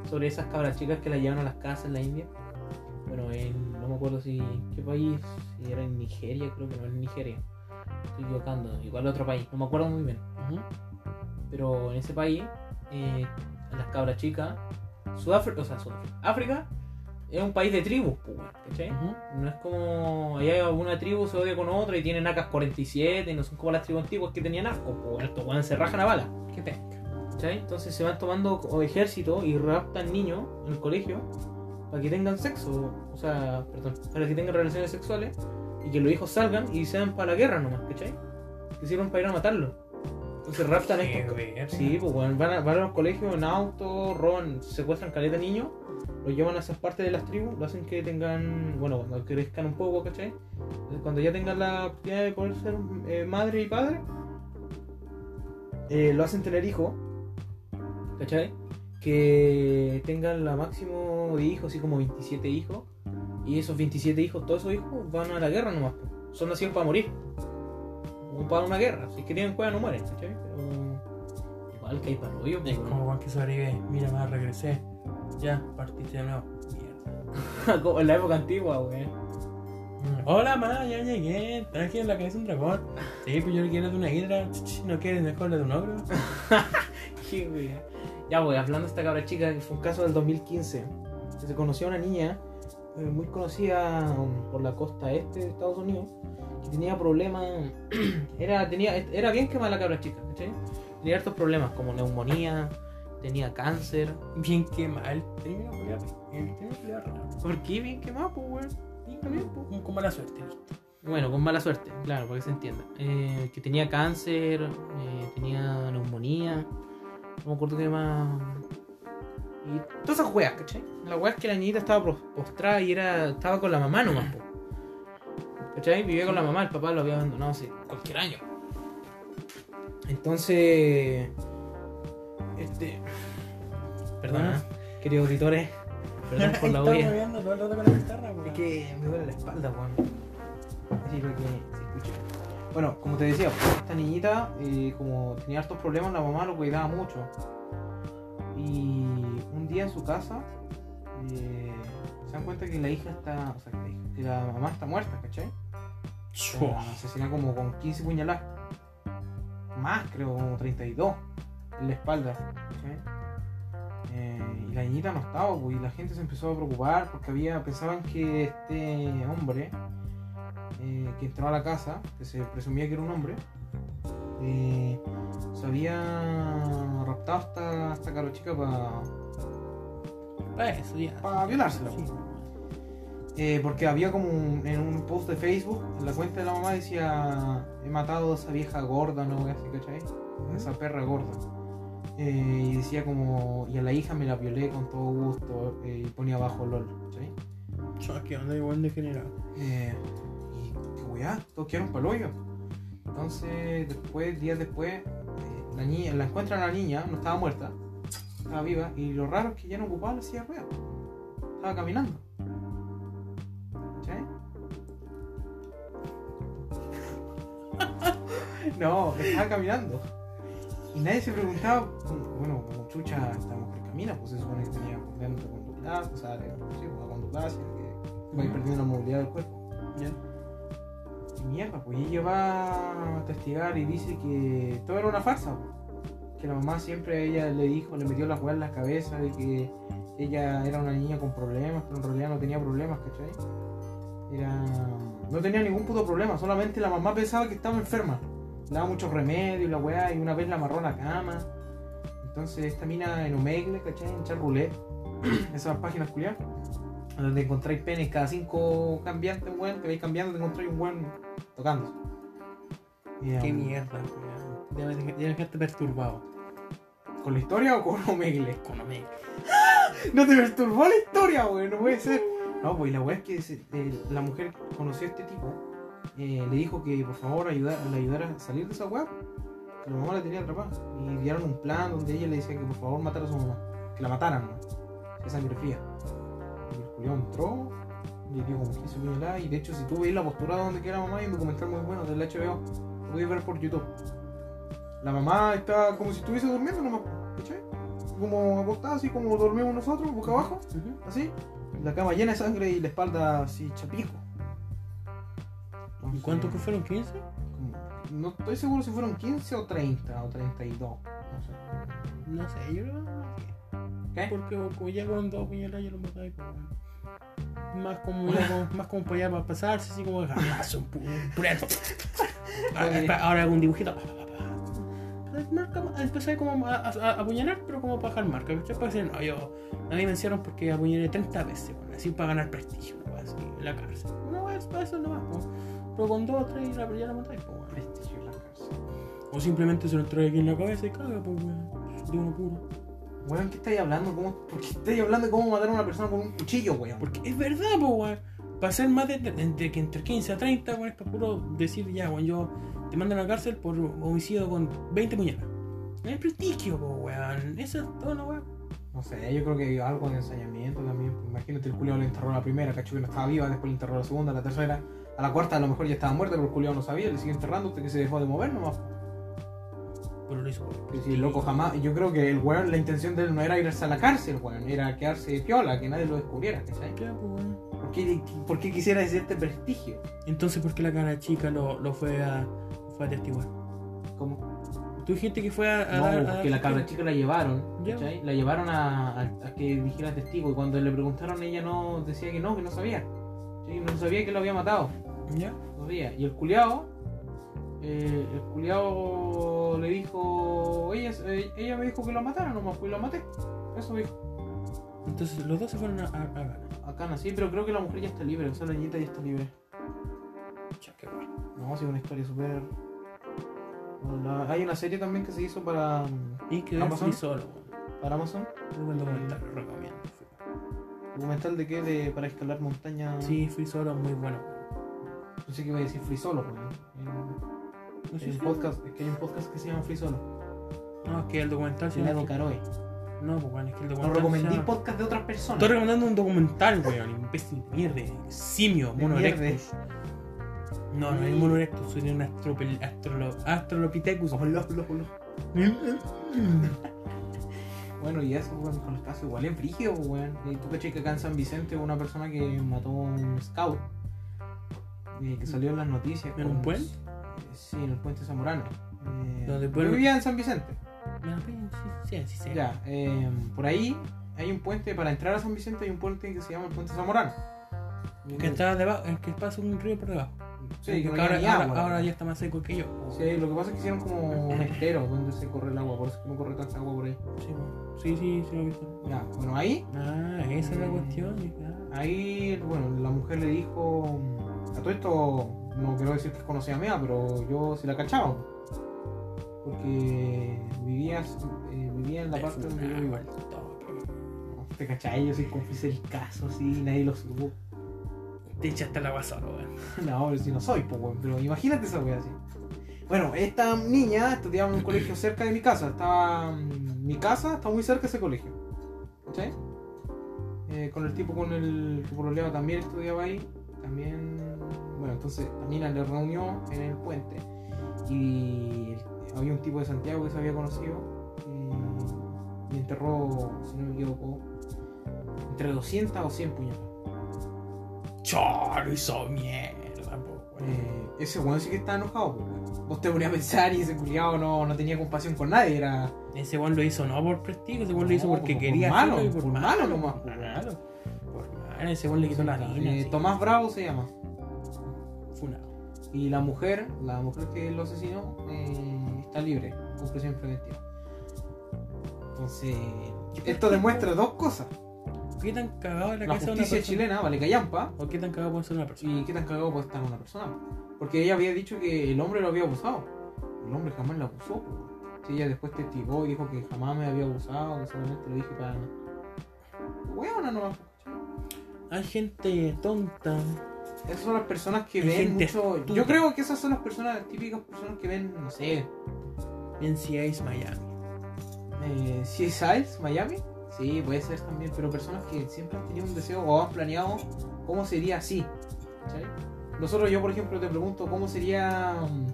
C: sobre esas cabras chicas que las llevan a las casas en la India. Bueno, en- no me acuerdo si. ¿Qué país? Si era en Nigeria, creo que no, en Nigeria. Estoy equivocando. Igual otro país, no me acuerdo muy bien. Pero en ese país, eh, a las cabras chicas. Sudáfrica, o sea, Sudáfrica. África es un país de tribus, pues, weón, ¿cachai? No es como. Allá una tribu se odia con otra y tienen AKs 47 y no son como las tribus antiguas que tenían asco. Pues estos weón se rajan a bala.
B: ¿Qué pesca?
C: ¿Cachai? Entonces se van tomando co- ejército y raptan niños en el colegio
D: para que tengan sexo, o sea, perdón, para que tengan relaciones sexuales y que los hijos salgan y sean para la guerra nomás, ¿cachai? Que sirvan para ir a matarlo. Entonces raptan a
B: Qué
D: estos.
B: verga.
D: Sí, pues weón, van, a, van a los colegios en auto, roban, secuestran caleta de niños, los llevan a esas partes de las tribus, lo hacen que tengan, bueno, cuando crezcan un poco, ¿cachai? Entonces, Cuando ya tengan la oportunidad de poder ser eh, madre y padre, eh, lo hacen tener hijos, ¿cachai? Que tengan la máximo de hijos, así como 27 hijos, y esos 27 hijos, todos esos hijos van a la guerra nomás, pues. son nacidos para morir, o para una guerra, si es que tienen cueva no mueren, ¿cachai? Pero... Igual que hay para el hoyo,
B: Es
D: pues,
B: como Juan que sobrevive. Mira, más regresé. Ya, partiste de nuevo. Mierda.
D: Como en la época antigua, güey.
B: Mm, Hola, ma, ya llegué. Traje en la cabeza un dragón. Sí, pues yo quiero de una hidra. Ch, ch, ¿No quieres mejor la de un ogro?
D: Qué wea. Ya, güey, hablando de esta cabra chica, que fue un caso del 2015. que Se conoció a una niña eh, muy conocida um, por la costa este de Estados Unidos que tenía problemas. era, tenía, era bien quemada la cabra chica, ¿cachai? Tenía hartos problemas como neumonía, tenía cáncer.
B: Bien que mal. Término culiao, El término culiao raro.
D: ¿Por qué bien quemada, pues, güey? Sí, está bien, pues.
B: Con- Con mala suerte.
D: Mm.
C: Bueno, con mala suerte, claro, para que se entienda. Eh, que tenía cáncer, eh, tenía neumonía, no me acuerdo qué más.
D: Y todas esas weas, ¿cachai? La wea es que la niñita estaba pros- postrada y era, estaba con la mamá nomás, po. ¿cachai? Vivía con la mamá, el papá lo había abandonado hace cualquier año. Entonces. Este.
C: Ah.
D: Perdona, queridos auditores. Perdón por la
B: Estaba
D: olla.
B: moviendo todo el rato con la guitarra,
D: Es
B: weón.
D: que me duele la espalda, weón. Así lo que se escucha. Bueno, como te decía, pues, esta niñita, eh, como tenía hartos problemas, la mamá lo cuidaba mucho. Y un día en su casa, eh, se dan cuenta que la hija está. O sea, que la, hija- que la mamá está muerta, ¿cachai?
B: Chua.
C: Oh.
D: La asesina como con 15 puñaladas. Más, creo, como 32 en la espalda. ¿cachai? Eh, y la niñita no estaba, pues, y la gente se empezó a preocupar porque había, pensaban que este hombre eh, que entró a la casa, que se presumía que era un hombre, eh, se había raptado hasta esta cabra chica para
B: Pa' Ah, eso, ya.
D: Para violársela. pues.
B: Sí.
D: Eh, porque había como un- en un post de Facebook, en la cuenta de la mamá decía, he matado a esa vieja gorda, ¿no? Así, ¿cachai? Esa perra gorda. Eh, y decía como, y a la hija me la violé con todo gusto, eh, y ponía abajo LOL, ¿cachai?
B: Chua, qué onda, igual degenerado.
D: Eh, y qué weá, todos quedaron palollo. Entonces, después, días después, eh, la, niña, la encuentran a la niña, no estaba muerta, estaba viva, y lo raro es que ya no ocupaba la silla de ruedas, estaba caminando. ¿Cachai? no, estaba caminando. Y nadie se preguntaba, bueno, como chucha, esta mujer camina, pues se supone que tenía problemas de conductar, o sea, de, sí, pues, conductancia, que va a ir perdiendo la movilidad del cuerpo.
B: Ya.
D: Y mierda, pues y ella va a testigar y dice que todo era una farsa. po. Que la mamá siempre a ella le dijo, le metió la hueá en la cabeza de que ella era una niña con problemas, pero en realidad no tenía problemas, ¿cachai? Era... No tenía ningún puto problema, solamente la mamá pensaba que estaba enferma. Le daba muchos remedios y la weá, y una vez la amarró a la cama. Entonces esta mina en Omegle, ¿cachai? En Charroulette, esas páginas culiadas donde encontráis penes cada cinco cambiantes, weón, que vais cambiando, te encontráis un weón um, tocando.
B: Qué mierda, weón. Ya me dej- ya me dejaste perturbado.
D: ¿Con la historia o con Omegle?
B: Economía.
D: No te perturbó la historia, weón, no puede ser. No, pues y la weá es que se- eh, la mujer conoció a este tipo, eh, le dijo que por favor ayuda- le ayudara a salir de esa weá. que La mamá la tenía atrapada. Y dieron un plan donde ella le decía que por favor matara a su mamá. Que la mataran, ¿no? De sangre fría. Y el culiao entró, le dio como 15 puñaladas. Y de hecho, si tú veis la postura donde queda la mamá, hay un documental muy bueno del HBO. Lo podéis ver por YouTube. La mamá está como si estuviese durmiendo nomás, ¿cachai? Como acostada, así como dormimos nosotros, boca abajo, así. La cama llena de sangre y la espalda así chapico.
B: ¿Y cuánto que fueron? ¿15?
D: Como- No estoy seguro si fueron 15 o 30 o 32. No sé.
B: No sé, yo lo maté.
D: ¿Qué?
B: Porque como ya con dos puñaladas yo lo mataba con... Más como, ya como- más como para allá para pasarse, así "Ah, como de un pu- un purero. Ahora-
D: Ok.
B: Ahora hago un dibujito. pa, pa, pa, pa. desmarca, ah, después hay como a, a- a apuñalar, pero como para dejar marca. ¿cachai? Para decir, no, yo, a mí me encierran porque apuñalé 30 veces, weón, así para ganar prestigio, una wea así, en la cárcel. Una wea es para eso nomás, po. pero con dos o tres ya la, ya la matáis, po, weón.
D: Prestigio en la cárcel.
B: O simplemente se lo trae aquí en la cabeza y caga, pues, weón. De una pura.
D: Weón, ¿qué estáis hablando? ¿Cómo, ¿Por qué estáis hablando de cómo matar a una persona con un cuchillo, weón?
B: Porque es verdad, pues, weón. Para ser más de, entre, que entre 15 a 30, weón, es para puro decir, ya, weón, yo te mando a la cárcel por homicidio con 20 puñalas. No es prestigio, pues, weón. Eso es todo, no, weón.
D: No sé, yo creo que algo de ensañamiento también. pues, Imagínate, el culiao le enterró a la primera, cacho que no estaba viva, después le enterró a la segunda, a la tercera, a la cuarta a lo mejor ya estaba muerta, pero el culiao no sabía, le sigue enterrando hasta que se dejó de mover nomás.
B: Pero lo hizo por
D: Pero si el loco jamás, yo creo que el weón, la intención de él no era irse a la cárcel, weón, era quedarse piola, que nadie lo descubriera, ¿cachai?
B: Ya, pues, weón.
D: ¿Por qué, por qué quisiera decirte prestigio?
B: Entonces, ¿por qué la cara chica lo, lo fue a fue a testiguar?
D: ¿Cómo?
B: Tú dijiste que fue a, a dar- a
D: No,
B: dar
D: que la cabra
B: testigo.
D: chica la llevaron,
B: ah, Ya.
D: ¿cachai? La llevaron a, a- a que dijera testigo y cuando le preguntaron ella no decía que no, que no sabía. ¿cachai? No sabía que lo había matado.
B: ¿Ya?
D: todavía. Y el culiao, eh, el culiao le dijo, ella, eh, ella me dijo que lo matara nomás, pues y lo maté. Eso me dijo.
B: Entonces, los dos se fueron a, a, a ganar.
D: Acá nací, pero creo que la mujer ya está libre, o sea, la niñita ya está libre.
B: Ya, qué weón.
D: No, ha sido una historia súper... Bueno, la- Hay una serie también que se hizo para,
B: Y que
D: ¿Ambos son? Mm.
B: solo, weón.
D: para Amazon.
B: Un buen documental, lo recomiendo.
D: ¿Documental de qué? De, para escalar montaña.
B: Sí, fui solo, muy bueno.
D: Pensé que iba a decir Free Solo, güey.
B: No
D: Hay un podcast, es que hay un podcast que se llama Free Solo.
B: No, es que el documental se
D: de Lalo
B: llama-
D: Caroe.
B: No, pues bueno, es que el
D: No pues.
B: documental. se
D: recomendé
B: llama-
D: podcast de otras
B: Estoy
D: personas.
B: recomendando un documental, weón. Imbécil, mierda. Simio,
D: De
B: mono
D: mierda.
B: erectus. No, no es mono erectus, soy un astropel- astrolo, astrolopithecus.
D: Bueno, y eso, weón, con los casos igual es frígido, weón. Y tú caché que acá en San Vicente hubo una persona que mató a un scout. eh, que salió en las noticias.
B: Mm. ¿En
D: con-
B: un puente?
D: eh, Sí, en el puente Zamorano. Eh,
B: Donde
D: yo
B: pueblo-
D: vivía en San Vicente.
B: Ya, pues, Sí, sí, sí.
D: Ya, eh, por ahí hay un puente, para entrar a San Vicente hay un puente que se llama el puente Zamorano. Eh,
B: Que está debajo, el que pasa un río por debajo.
D: Sí, que no
B: Porque
D: llega
B: ahora,
D: ni
B: ahora-
D: agua.
B: ahora ya está más seco que yo.
D: Sí, lo que pasa es que hicieron como un estero donde se corre el agua, por eso es que no corre tanta agua por ahí.
B: Sí, weón. sí, sí, sí, lo he visto.
D: Ya, bueno, ahí
B: Ah, esa es la cuestión. ya.
D: Ahí, bueno, la mujer le dijo. A todo esto, no quiero decir que conocía a Mea, pero yo sí la cachaba. Porque vivía, eh, vivía en la parte donde yo vivo. No, Te cachai, yo soy cómplice del caso, sí, nadie lo supo.
B: Te echaste la guasada, weón.
D: No, pero si no soy, pues, weón, pero imagínate esa wea así. Bueno, esta niña estudiaba en un colegio cerca de mi casa. Estaba. mm, Mi casa está muy cerca de ese colegio. ¿Sí? con el tipo con el que problema también estudiaba ahí. También. Bueno, entonces la mina le reunió en el puente. Y había un tipo de Santiago que se había conocido. eh, Y enterró, si no me equivoco, entre 200 o 100 puñaladas.
B: Choro, hizo mierda, po, weón.
D: Eh, ese weón sí que estaba enojado, po, weón. Vos te ponías a pensar y ese culiado no, no tenía compasión con nadie, era.
B: Mm. Ese weón lo hizo no por prestigio, ese weón lo hizo
D: No,
B: porque
D: por
B: quería
D: malo,
B: hacerlo y por,
D: por malo nomás,
B: Por
D: pues,
B: malo. Por malo, ese weón le quitó la harina.
D: Eh,
B: sí.
D: Tomás Bravo se llama.
B: Funado.
D: Y la mujer, la mujer que lo asesinó, eh, está libre, con prisión preventiva. Entonces, esto demuestra dos cosas:
B: ¿Qué tan cagado es la,
D: la
B: casa de una
D: justicia
B: persona?
D: chilena, vale callampa,
B: ¿O qué tan cagado puede ser una persona?
D: y qué tan cagado puede estar una persona. Porque ella había dicho que el hombre lo había abusado. El hombre jamás la abusó, po, weón. Sí, ella después testigó y dijo que jamás me había abusado, que solamente lo dije para. Weona nomás.
B: Hay gente tonta.
D: Esas son las personas que
B: Hay
D: ven
B: gente
D: mucho.
B: estúpida.
D: Yo creo que esas son las personas, típicas personas que ven, no sé,
B: NCA's Miami.
D: eh, CSIs, Miami. Sí, puede ser también, pero personas que siempre han tenido un deseo o han planeado cómo sería así. ¿cachai? Nosotros, yo por ejemplo, te pregunto cómo sería. mm,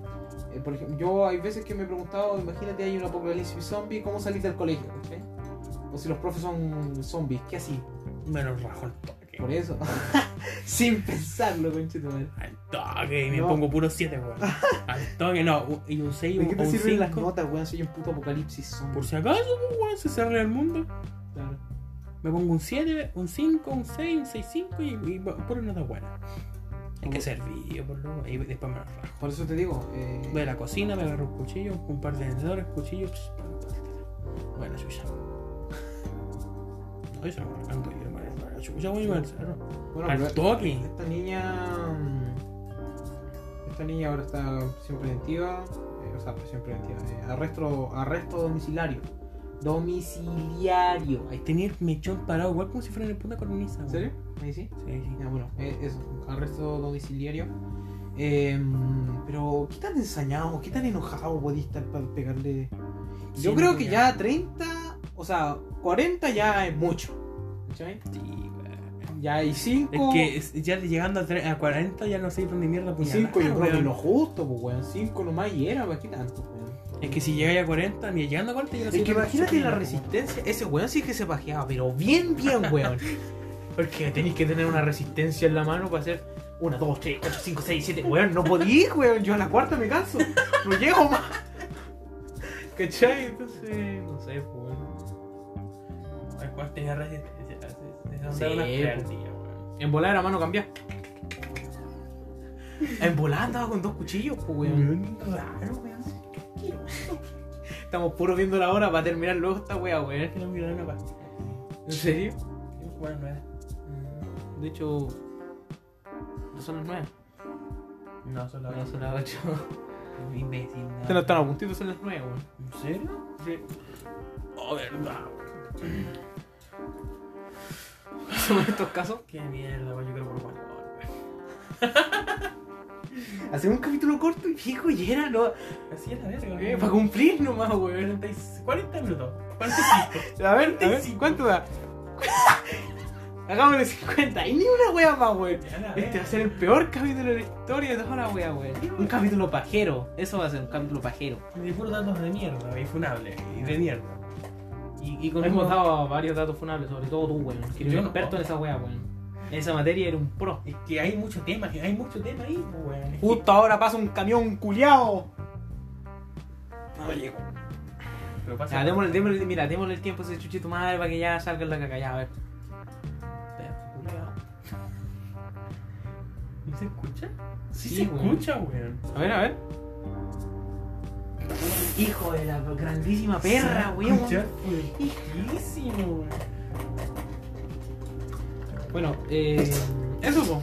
D: eh, por ejemplo, yo hay veces que me he preguntado, imagínate hay un apocalipsis zombie, ¿cómo salir del colegio? ¿cachai? O si los profes son zombies, ¿qué así?
B: Me lo rajo al toque.
D: Por eso. Sin pensarlo, conchetumare.
B: Al toque. Y me
D: No.
B: pongo puro 7, weón. al toque, no. un- Y un 6 o
D: ¿De qué te
B: un
D: sirven las
B: 5.
D: notas, weón? Soy un puto apocalipsis zombie.
B: Por si acaso, pues, weón, se cierra el mundo.
D: Claro.
B: Me pongo un 7, un 5, un 6, un 6, 5 y, y puro nada buena. Hay que servir, por lo Y después me lo rajo.
D: Por eso te digo. eh,
B: Voy a la cocina, me agarro un cuchillo, un par de tenedores, cuchillo. pss, pa, pa, pa, pa. Voy a la chucha. No, yo se me arranco yo, me voy a la chucha, voy y me encerro.
D: bueno, Ah, pero-
B: Al toque.
D: Esta niña. mm, Esta niña ahora está prisión preventiva. eh, o sea, prisión preventiva. eh, arresto, arresto domiciliario. Domiciliario.
B: Ahí tenía el mechón parado, igual como si fuera una puta cornisa.
D: ¿En
B: güey.
D: serio? Ahí sí.
B: Sí, sí.
D: Ya, bueno, eh, eso. Arresto domiciliario. Em, pero, ¿qué tan ensañado, qué tan enojado podía estar para pegarle? Yo
B: Sí,
D: creo
B: no,
D: que
B: ya.
D: ya 30, o sea, 40 ya es mucho. ¿Cachai?
B: Sí, güey.
D: Ya hay 5.
B: Es que es- ya llegando a, tre- a 40 ya no sé dónde mierda
D: Y
B: puñalar.
D: 5 Pues yo creo que
B: weón.
D: lo justo, pues, weón. 5 nomás y era, ¿para qué tanto, weón?
B: Es que si llega a 40, ni llegando a 40 ya no sé
D: Es que
B: dónde
D: imagínate
B: puñalar,
D: la
B: weón.
D: resistencia. Ese weón sí que se pajeaba, pero bien, bien, weón. Porque tenéis que tener una resistencia en la mano para hacer 1, 2, 3, 4, 5, 6, 7. Weón, no podí, weón. Yo a la cuarta me canso. No llego más. ¿Cachai? Entonces, no sé, pues, weón.
B: Al cual tenía resistencia.
D: Sí,
B: Sí, pues. una
D: po.
B: creatina, weón.
D: En volar a mano cambiar. En volar andaba con dos cuchillos, pues, weón.
B: Weón, Raro, weón.
D: Estamos puro viendo la hora para terminar luego esta wea, weón.
B: Es que no miraron una pastilla.
D: ¿En serio?
B: Bueno, no era.
C: De hecho, no son las 9,
B: No, solo
C: no son las 8.
B: Imbécil, no.
D: Se nos están a puntito, son las 9, weón.
B: ¿En serio?
D: Sí.
B: Oh, verdad, weón.
D: Son estos casos.
B: Qué mierda, weón. Yo creo por Juan.
D: Hacer un capítulo corto y viejo y era, ¿no?
B: Así es la verga,
D: Eh,
B: weón.
D: para cumplir nomás, weón.
B: 46 40 minutos. 45.
D: A ver, a ver,
B: 35.
D: ¿cuánto da? Hagámosle 50 y ni una wea más, weón.
B: Ya la
D: Este va
B: verga.
D: a ser el peor capítulo de la historia de toda la wea, weón.
C: Un capítulo pajero, eso va a ser un capítulo pajero.
B: eh. De puros datos de mierda, infunable. Y de mierda.
C: Y, y con
D: Hemos
C: hemos dado varios datos funables, sobre todo tú, weón. Que eres
B: Yo
C: un
B: no.
C: experto en esa wea, weón. En esa materia era un pro.
B: Es que hay mucho tema, hay mucho tema ahí, pues, weón. Es que-
D: Justo ahora pasa un camión culiao.
B: Pero pasa.
C: Ya, démosle, démosle- mira, démosle el tiempo a ese chuchito madre para que ya salga la caca, ya, a ver.
B: ¿No se escucha? Sí,
C: Sí,
B: se
C: weón.
B: escucha, weón.
C: A ver, a ver. Hijo de la grandísima perra, weón.
B: Escucha, fuertísimo, weón.
C: Bueno, eh, eso, po.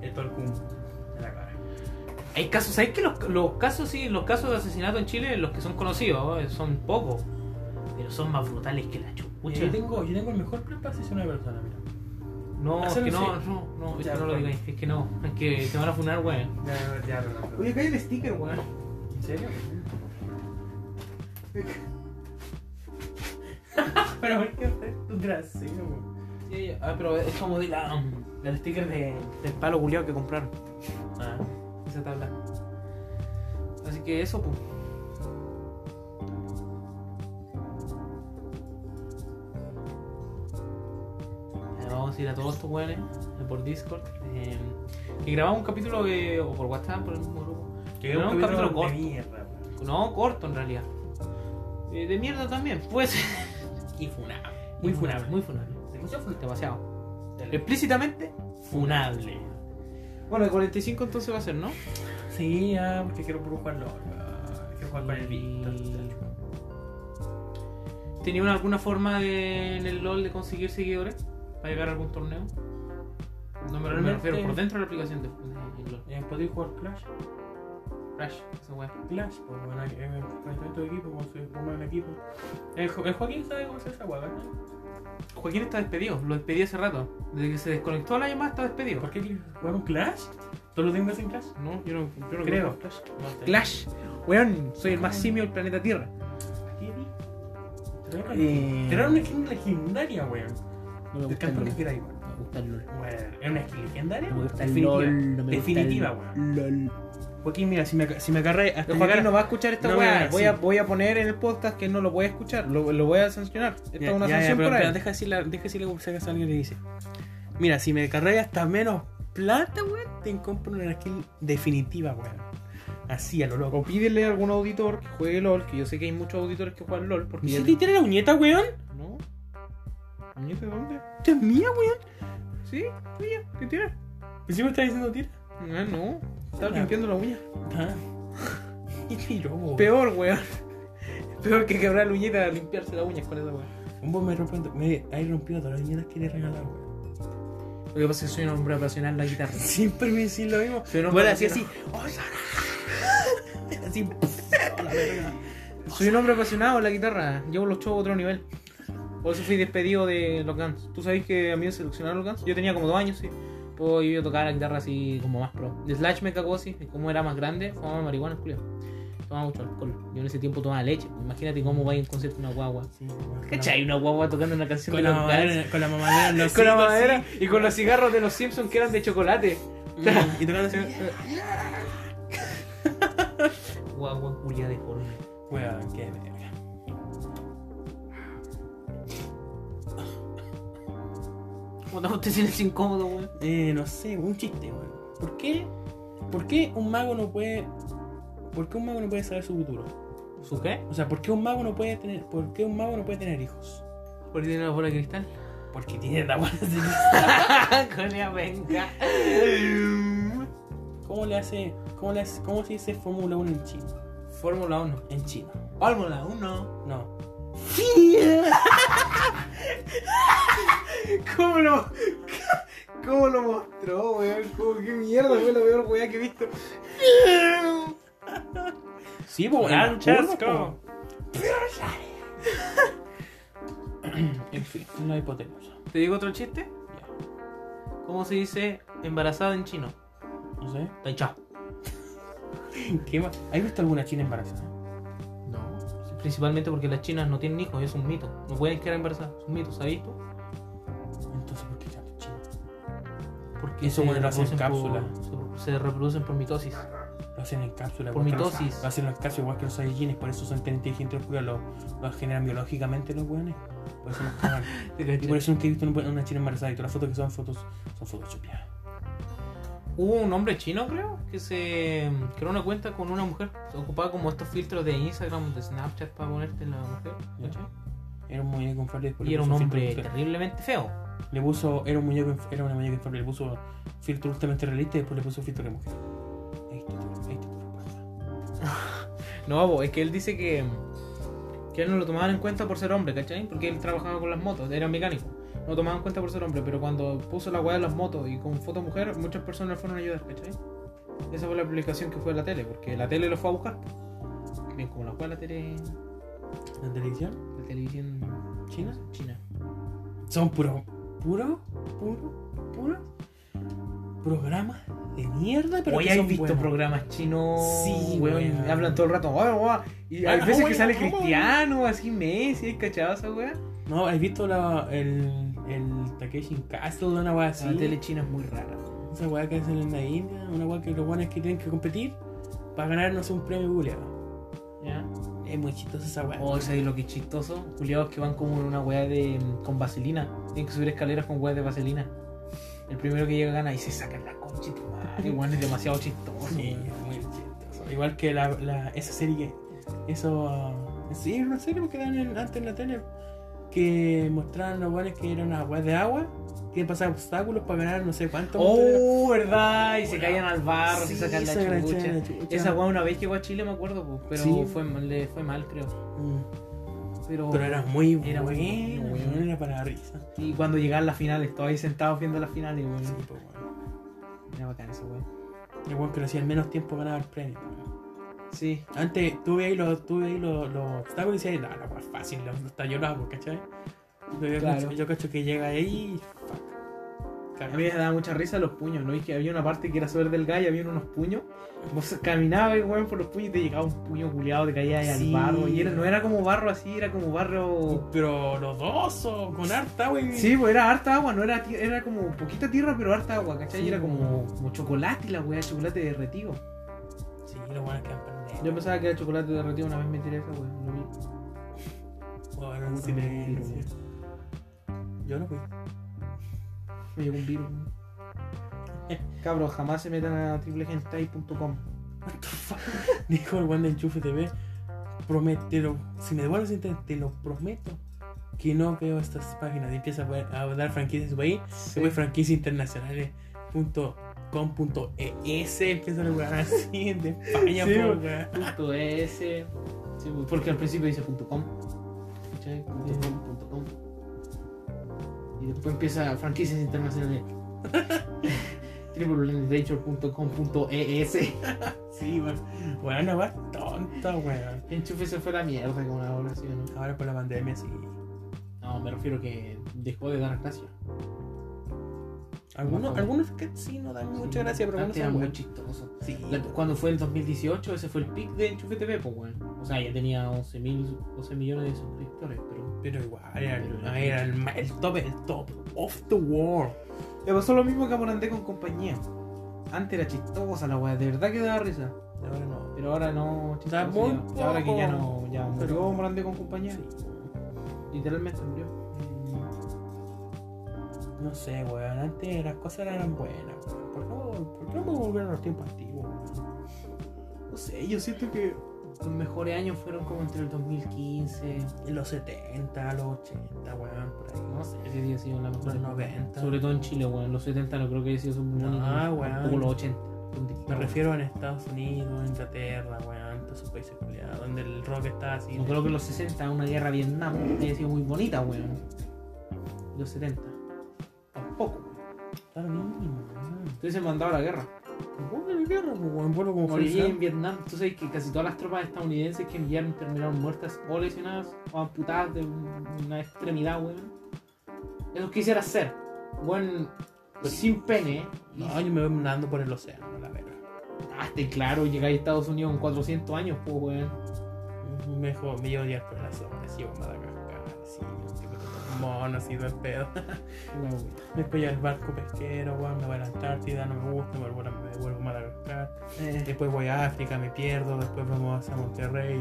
B: El torcum. En la cara.
C: Hay casos, ¿sabes que los, los casos, sí, los casos de asesinato en Chile, los que son conocidos, eh, son pocos, pero son más brutales que la
B: Mira,
C: chupucha.
B: yo, Eh, tengo, yo tengo el mejor plan para asesinar a una persona, mira.
C: No, es que
B: Hacerlo
C: no,
B: sí.
C: no, no, es
B: Ya,
C: que no lo
B: perdón.
C: digáis, es que no, es que te van a funar, weón.
B: Ya, ya, Renato.
D: Oye, cae el sticker, weón.
B: ¿En serio? Pero hay que hacer tu trasero, weón.
C: Sí, ah, pero es como de la, del sticker de, del palo culiao que compraron,
B: Ah,
C: esa tabla. Así que eso, pues. Ya, Vamos a ir a todos estos weones eh, por Discord. eh, y grabamos un capítulo eh, o por WhatsApp, por el mismo grupo.
B: que
C: Pero
B: es un
C: un capítulo
B: capítulo
C: corto.
B: de mierda, weón.
C: No, corto en realidad. Eh, de mierda también, pues.
B: Y funable. Muy funable.
C: Muy funable.
B: Demasiado
C: Demasiado.
B: funable.
C: Explícitamente funable. Bueno, el 45 entonces va a ser, ¿no?
B: Sí, ah, porque quiero puro jugar LOL. ah, Quiero jugar con el Víctor.
C: ¿Tenían alguna forma de, en el LOL de conseguir seguidores? ¿Para llegar a algún torneo? No me, me
B: Realmente-
C: refiero por dentro de la aplicación de, de- de LOL.
B: Eh, ¿Podéis jugar Clash?
C: Crash, esa weá.
B: Clash, pues bueno, hay- hay- hay tu equipo, pues, con su forma en equipo. El, Jo- el Joaquín sabe cómo se hace esa hueá, ¿verdad?
C: Joaquín está despedido, lo despedí hace rato. Desde que se desconectó la llamada está despedido.
B: ¿Por qué quieres jugar un Clash? ¿Todos los días en Clash?
C: No, yo no, yo no
B: Creo.
C: Clash.
B: No sé.
C: Clash, weón, soy el más simio del planeta Tierra.
B: ¿Qué di?
D: Eh.
B: Te dan una skin legendaria, weón.
D: No me
B: Del
D: gusta
B: campeón
D: el
B: que
D: LOL.
B: queráis, weón.
D: Me gusta el LOL.
B: Weón, ¿Es una skin legendaria?
D: No me gusta el
B: Definitiva.
D: LOL. No me gusta el
B: Definitiva, weón.
D: LOL.
B: Joaquín, mira, si me, aca- si me agarré hasta
D: El
B: llegar
D: Joaquín no va a escuchar esta
B: No me
D: weá.
B: hagas
D: Voy a,
B: así.
D: voy a poner en el podcast que no lo voy a escuchar. Lo, lo voy a sancionar. Esta
B: Ya,
D: es una
B: ya, ya,
D: sanción
B: pero,
D: por ahí.
B: pero deja decirle, deja decirle como se a alguien y le dice: Mira, si me cargáis hasta menos plata, weón, te compro una skin definitiva, weón. Así a lo
D: O
B: loco.
D: pídele a algún auditor que juegue LOL, que yo sé que hay muchos auditores que juegan LOL. Porque
B: ¿Y
D: ya
B: si te tiene la uñeta, weón?
D: ¿No? ¿Muñeca de dónde?
B: Esta es mía, weón.
D: ¿Sí? Mía, ¿qué tiene? Ah,
B: Pues si me estás diciendo tira.
C: No, no. Estaba limpiando la uña.
B: Ah. Y tiró, weón.
C: Peor, weón. Peor que quebrar la uñita limpiarse las uñas con esa weón.
B: Vos me rompiendo. Me has rompido todas las uñetas que le regalaron, weón.
D: Lo que pasa es que soy un hombre apasionado en la guitarra.
B: Siempre me decís lo mismo.
D: Soy un hombre
B: Bueno, así, así.
D: apasionado.
B: ¡Oh, Sara! Así. a la verga.
D: Soy un hombre apasionado en la guitarra. Llevo los shows a otro nivel. Por eso fui despedido de los Guns. ¿Tú sabés que a mí me seleccionaron los Guns? Yo tenía como dos años, sí. Pues yo tocaba la guitarra así como más pro. De Slash me cagó así. Como era más grande, fumaba marihuana, Julio. Tomaba mucho alcohol. Yo en ese tiempo tomaba leche. Imagínate cómo va a ir a un concierto una guagua.
B: Sí, weón.
D: ¿Cachai? Una guagua tocando una canción
B: Con la
D: de los Guns.
B: mamadera, con la mamadera, en los
C: Con la
B: cinco,
C: madera y con los cigarros de los Simpsons que eran de chocolate.
B: así. Y tocando así.
D: Guagua culia deforme.
B: Weón, qué verga.
D: Cuando usted se siente incómodo, weón.
B: Eh, no sé, un chiste, weón. ¿Por qué? ¿Por qué un mago no puede. ¿Por qué un mago no puede saber su futuro?
D: ¿Su qué?
B: O sea, ¿por qué un mago no puede tener. ¿Por qué un mago no puede tener hijos?
D: ¿Por qué tiene la bola de cristal?
B: Porque tiene la bola de
D: con la Ah, venga.
B: ¿Cómo le hace. ¿Cómo, le hace, cómo se dice Fórmula 1 en chino?
D: Fórmula 1.
B: En chino.
D: Fórmula 1.
B: No.
C: ¿Cómo lo.? ¿Cómo lo mostró, weón? Como, qué mierda fue la peor weá que he visto.
B: Sí, po,
D: Gran
B: en curva,
D: chasco.
B: po. En fin, una hipotenusa.
D: ¿Te digo otro chiste? ¿Cómo se dice embarazada en chino?
B: No sé.
D: Tai chao.
B: ¿Qué más? ¿Has visto alguna china embarazada?
D: No. Principalmente porque las chinas no tienen hijos, es un mito. No pueden quedar embarazadas, es un mito, ¿sabes tú?
B: Entonces, ¿por qué tanto chino?
D: Porque
B: Eso,
D: se
B: bueno, lo hacen en
D: reproducen
B: cápsula.
D: por- se, se reproducen por mitosis.
B: Lo hacen en cápsula.
D: Por
B: igual que
D: mitosis.
B: los- Lo hacen en cápsula igual que los Saiyajines, por eso son tan inteligentes los culiados, Lo, lo generan biológicamente los weones. Por eso nos cagan. y por eso nunca he visto una, una china embarazada. Y todas las fotos que son fotos son fotos chupiadas.
D: Hubo un hombre chino, creo, que se creó una cuenta con una mujer. Se ocupaba como estos filtros de Instagram, de Snapchat para ponerte en la mujer.
B: Ya.
D: ¿cachai?
B: Era un muñeco inflable. después
D: Y
B: le
D: era un
B: puso filtro
D: hombre
B: ultra-
D: terriblemente feo.
B: Le puso. Era un muñeco inf- Era una muñeca inflable. Le puso filtro ultimamente realista y después le puso filtro de mujer. Ahí está tu- ahí está tu respuesta.
D: No, bo, es que él dice que, que él no lo tomaban en cuenta por ser hombre, ¿cachai? Porque él trabajaba con las motos, era mecánico. No lo tomaban en cuenta por ser hombre, pero cuando puso la weá de las motos y con foto mujer, muchas personas le fueron a ayudar, ¿cachai? Esa fue la publicación que fue en la tele, porque la tele lo fue a buscar. Bien, como la weá de la tele.
B: ¿La televisión?
D: La televisión
B: ¿China?
D: china.
B: Son puros. ¿Puro? ¿Puro? ¿Puro? Programas de mierda, pero.
D: Hoy
B: que
D: hay
B: son
D: visto
B: buenos.
D: programas chinos.
B: Sí,
D: weón,
B: weón.
D: y Hablan todo el rato. "Guau, guau", Y hay
B: Ah,
D: veces
B: weón,
D: que sale
B: weón.
D: cristiano, así Messi, ¿cachado esa weá?
B: No, ¿has visto la, el, el Takeshi Castle, una weá así?
D: La tele china es muy rara.
B: Esa weá que hacen en la India, una weá que los guanes que tienen que competir para ganar, no sé, un premio culiado.
D: ¿Ya?
B: Es muy chistosa esa weá.
D: Oh, ¿sabes lo que es chistoso? Juliados que van como en una weá de, con vaselina. Tienen que subir escaleras con weá de vaselina. El primero que llega gana y se sacan la concha. y tu madre, weón, es demasiado chistoso.
B: Sí,
D: weón.
B: es muy chistoso. Igual que la, la, esa serie que. Eso. ah, Sí, era una serie que daban en- antes en la tele. Que mostraban los guanes que eran una weá de agua, que pasaban obstáculos para ganar, no sé cuánto. ah,
D: Oh, verdad, y se caían al barro, se sacan la chucha. Esa
B: Esa
D: weá una vez llegó a Chile, me acuerdo, pues, pero
B: Sí.
D: fue, mal- le fue mal, creo. Pero,
B: Mm, Pero era muy buena,
D: Era
B: era,
D: muy buena.
B: era para la risa.
D: Y cuando llegaban las finales, todos ahí sentados viendo las finales, weón.
B: Sí, pues, bueno.
D: Era bacán esa weá.
B: El weón que lo hacía en menos tiempo ganaba el premio.
D: Sí,
B: Antes tuve ahí los, tuve ahí los, los obstáculos y decía, no, no, pues fácil, los está yo lo hago, ¿cachai? Pero yo,
D: Claro.
B: cacho, yo cacho que llega ahí y fuck.
D: A mí me daba mucha risa los puños, ¿no? Y que había una parte que era sobre del gallo, había unos puños. Vos caminabas, weón, por los puños y te llegaba un puño culiado, te caía ahí
B: Sí.
D: al barro. Y era- no era como barro así, era como barro.
B: Pero los dos o con harta, güey.
D: Oh. Sí, pues era harta agua, no era, ti- era como poquita tierra, pero harta agua, ¿cachai?
B: Sí.
D: Y era como, como chocolate la weá, chocolate derretido.
B: Sí, los buenos quedan pendejos.
D: Yo pensaba que era chocolate derretido, una vez me tiré esa weá, lo vi.
B: Bueno,
D: Puta, me tiro,
B: silencio. Yo no fui.
D: Me llegó un virus. Cabros, jamás se metan a triplegentai.com.
B: What the fuck? Dijo el weón de Enchufe TV. Promételo. Si me devuelves internet, te lo prometo. Que no veo estas páginas. Y empieza a, a dar franquicias, güey. Se fue franquiciasinternacionales.com .com.es empieza a weón así de España,
D: Sí,
B: po,
D: weón.
B: weón.
C: Punto .es. Sí, pues, porque al principio dice punto .com. ¿Cachai? Punto .com, punto .com. Y después empieza franquicias internacionales. www.nature.com.es
B: Sí, weón. Weón, una weón tonta, weón.
C: Enchufe se fue a la mierda con la oración.
B: Ahora con la pandemia sí.
C: No, me refiero que dejó de dar gracias.
B: Algunos, algunos que sí no dan mucha gracia, pero
C: Antes
B: algunos
C: era
B: son
C: muy
B: weón.
C: chistoso.
B: Sí.
C: La- Cuando fue el 2018, ese fue el pic de Enchufe TV, pues, weón. O sea, ya tenía 11, 11 millones de suscriptores, pero.
B: Pero igual, era, el-
C: Pero-
B: era el, ma- el top, el top of the world.
D: Le pasó lo mismo que a Morandé con compañía. Antes era chistosa la weá, de verdad que daba risa.
B: Ahora no.
D: Pero ahora no,
B: Da
D: chistosa.
B: muy
D: Y ahora que ya
B: poco.
D: no, ya murió
B: Pero-
D: Morandé con compañía. Literalmente murió.
B: Mm. No sé, weón. Antes las cosas eran buenas, weón. ¿Por qué, no- por qué no podemos volver a los tiempos antiguos, weón?
D: No sé, yo siento que
C: Los mejores años fueron como entre el 2015.
B: En los 70, los 80, weón, por ahí.
C: No sé si había sido la mejor
B: Los
C: época.
B: 90.
C: Sobre todo en Chile, weón. En los 70 no creo que haya sido su
B: Ah, weón.
C: Tampoco los 80.
B: Me refiero en Estados Unidos, Inglaterra, weón, todos esos países culiados, donde el rock está así.
C: No creo que en los 60, una guerra a Vietnam, haya sido muy bonita, weón. Los 70.
D: tampoco.
B: Está lo mismo, weón.
D: Entonces se mandaba a la guerra.
B: ¿Cómo que la guerra, pues, weón? Bueno, como fue
C: Oye,
B: esa-
C: en Vietnam, tú sabes que casi todas las tropas estadounidenses que enviaron terminaron muertas o lesionadas o amputadas de un- una extremidad, weón. Eso quisiera hacer. Weón, sin pene. y-
B: No, yo me voy nadando por el océano, la verga.
C: Ah, este, claro, llegáis a Estados Unidos en 400 años, pues, weón.
B: Mejor me llevo días por la zona, así a Madagascar, así, tipo, todo mono, así, de pedo.
C: Una weá.
B: Después ya el barco pesquero, weón, me voy a la Antártida, no me gusta, me vuelvo a, me vuelvo a Madagascar.
C: Eh.
B: Después voy a África, me pierdo, después vamos a Monterrey,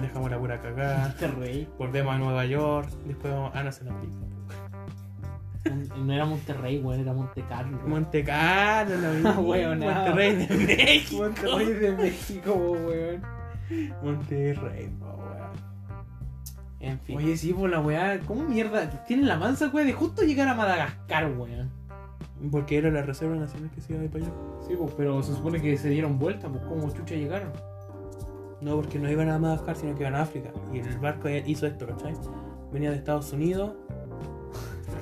B: dejamos la pura cagada.
C: Te reí.
B: Volvemos a Nueva York, después vamos a se nos pica.
C: No era Monterrey, weón, era Monte Carlo.
B: Monte Carlo, la misma.
C: Weón, no.
B: Monterrey de México.
D: Monterrey de México, weón.
B: Monterrey, po, weón. En fin.
D: Oye, sí, pues la weá, ¿cómo mierda? Tienen la mansa, weá, de justo llegar a Madagascar, weón.
B: Porque era la Reserva Nacional que se iba de para allá.
C: Sí, pues, pero se supone que se dieron vuelta, pues, ¿cómo chucha llegaron?
B: No, porque no iban a Madagascar, sino que iban a África. Y
C: Mm.
B: el barco hizo esto, ¿cachai? Venía de Estados Unidos,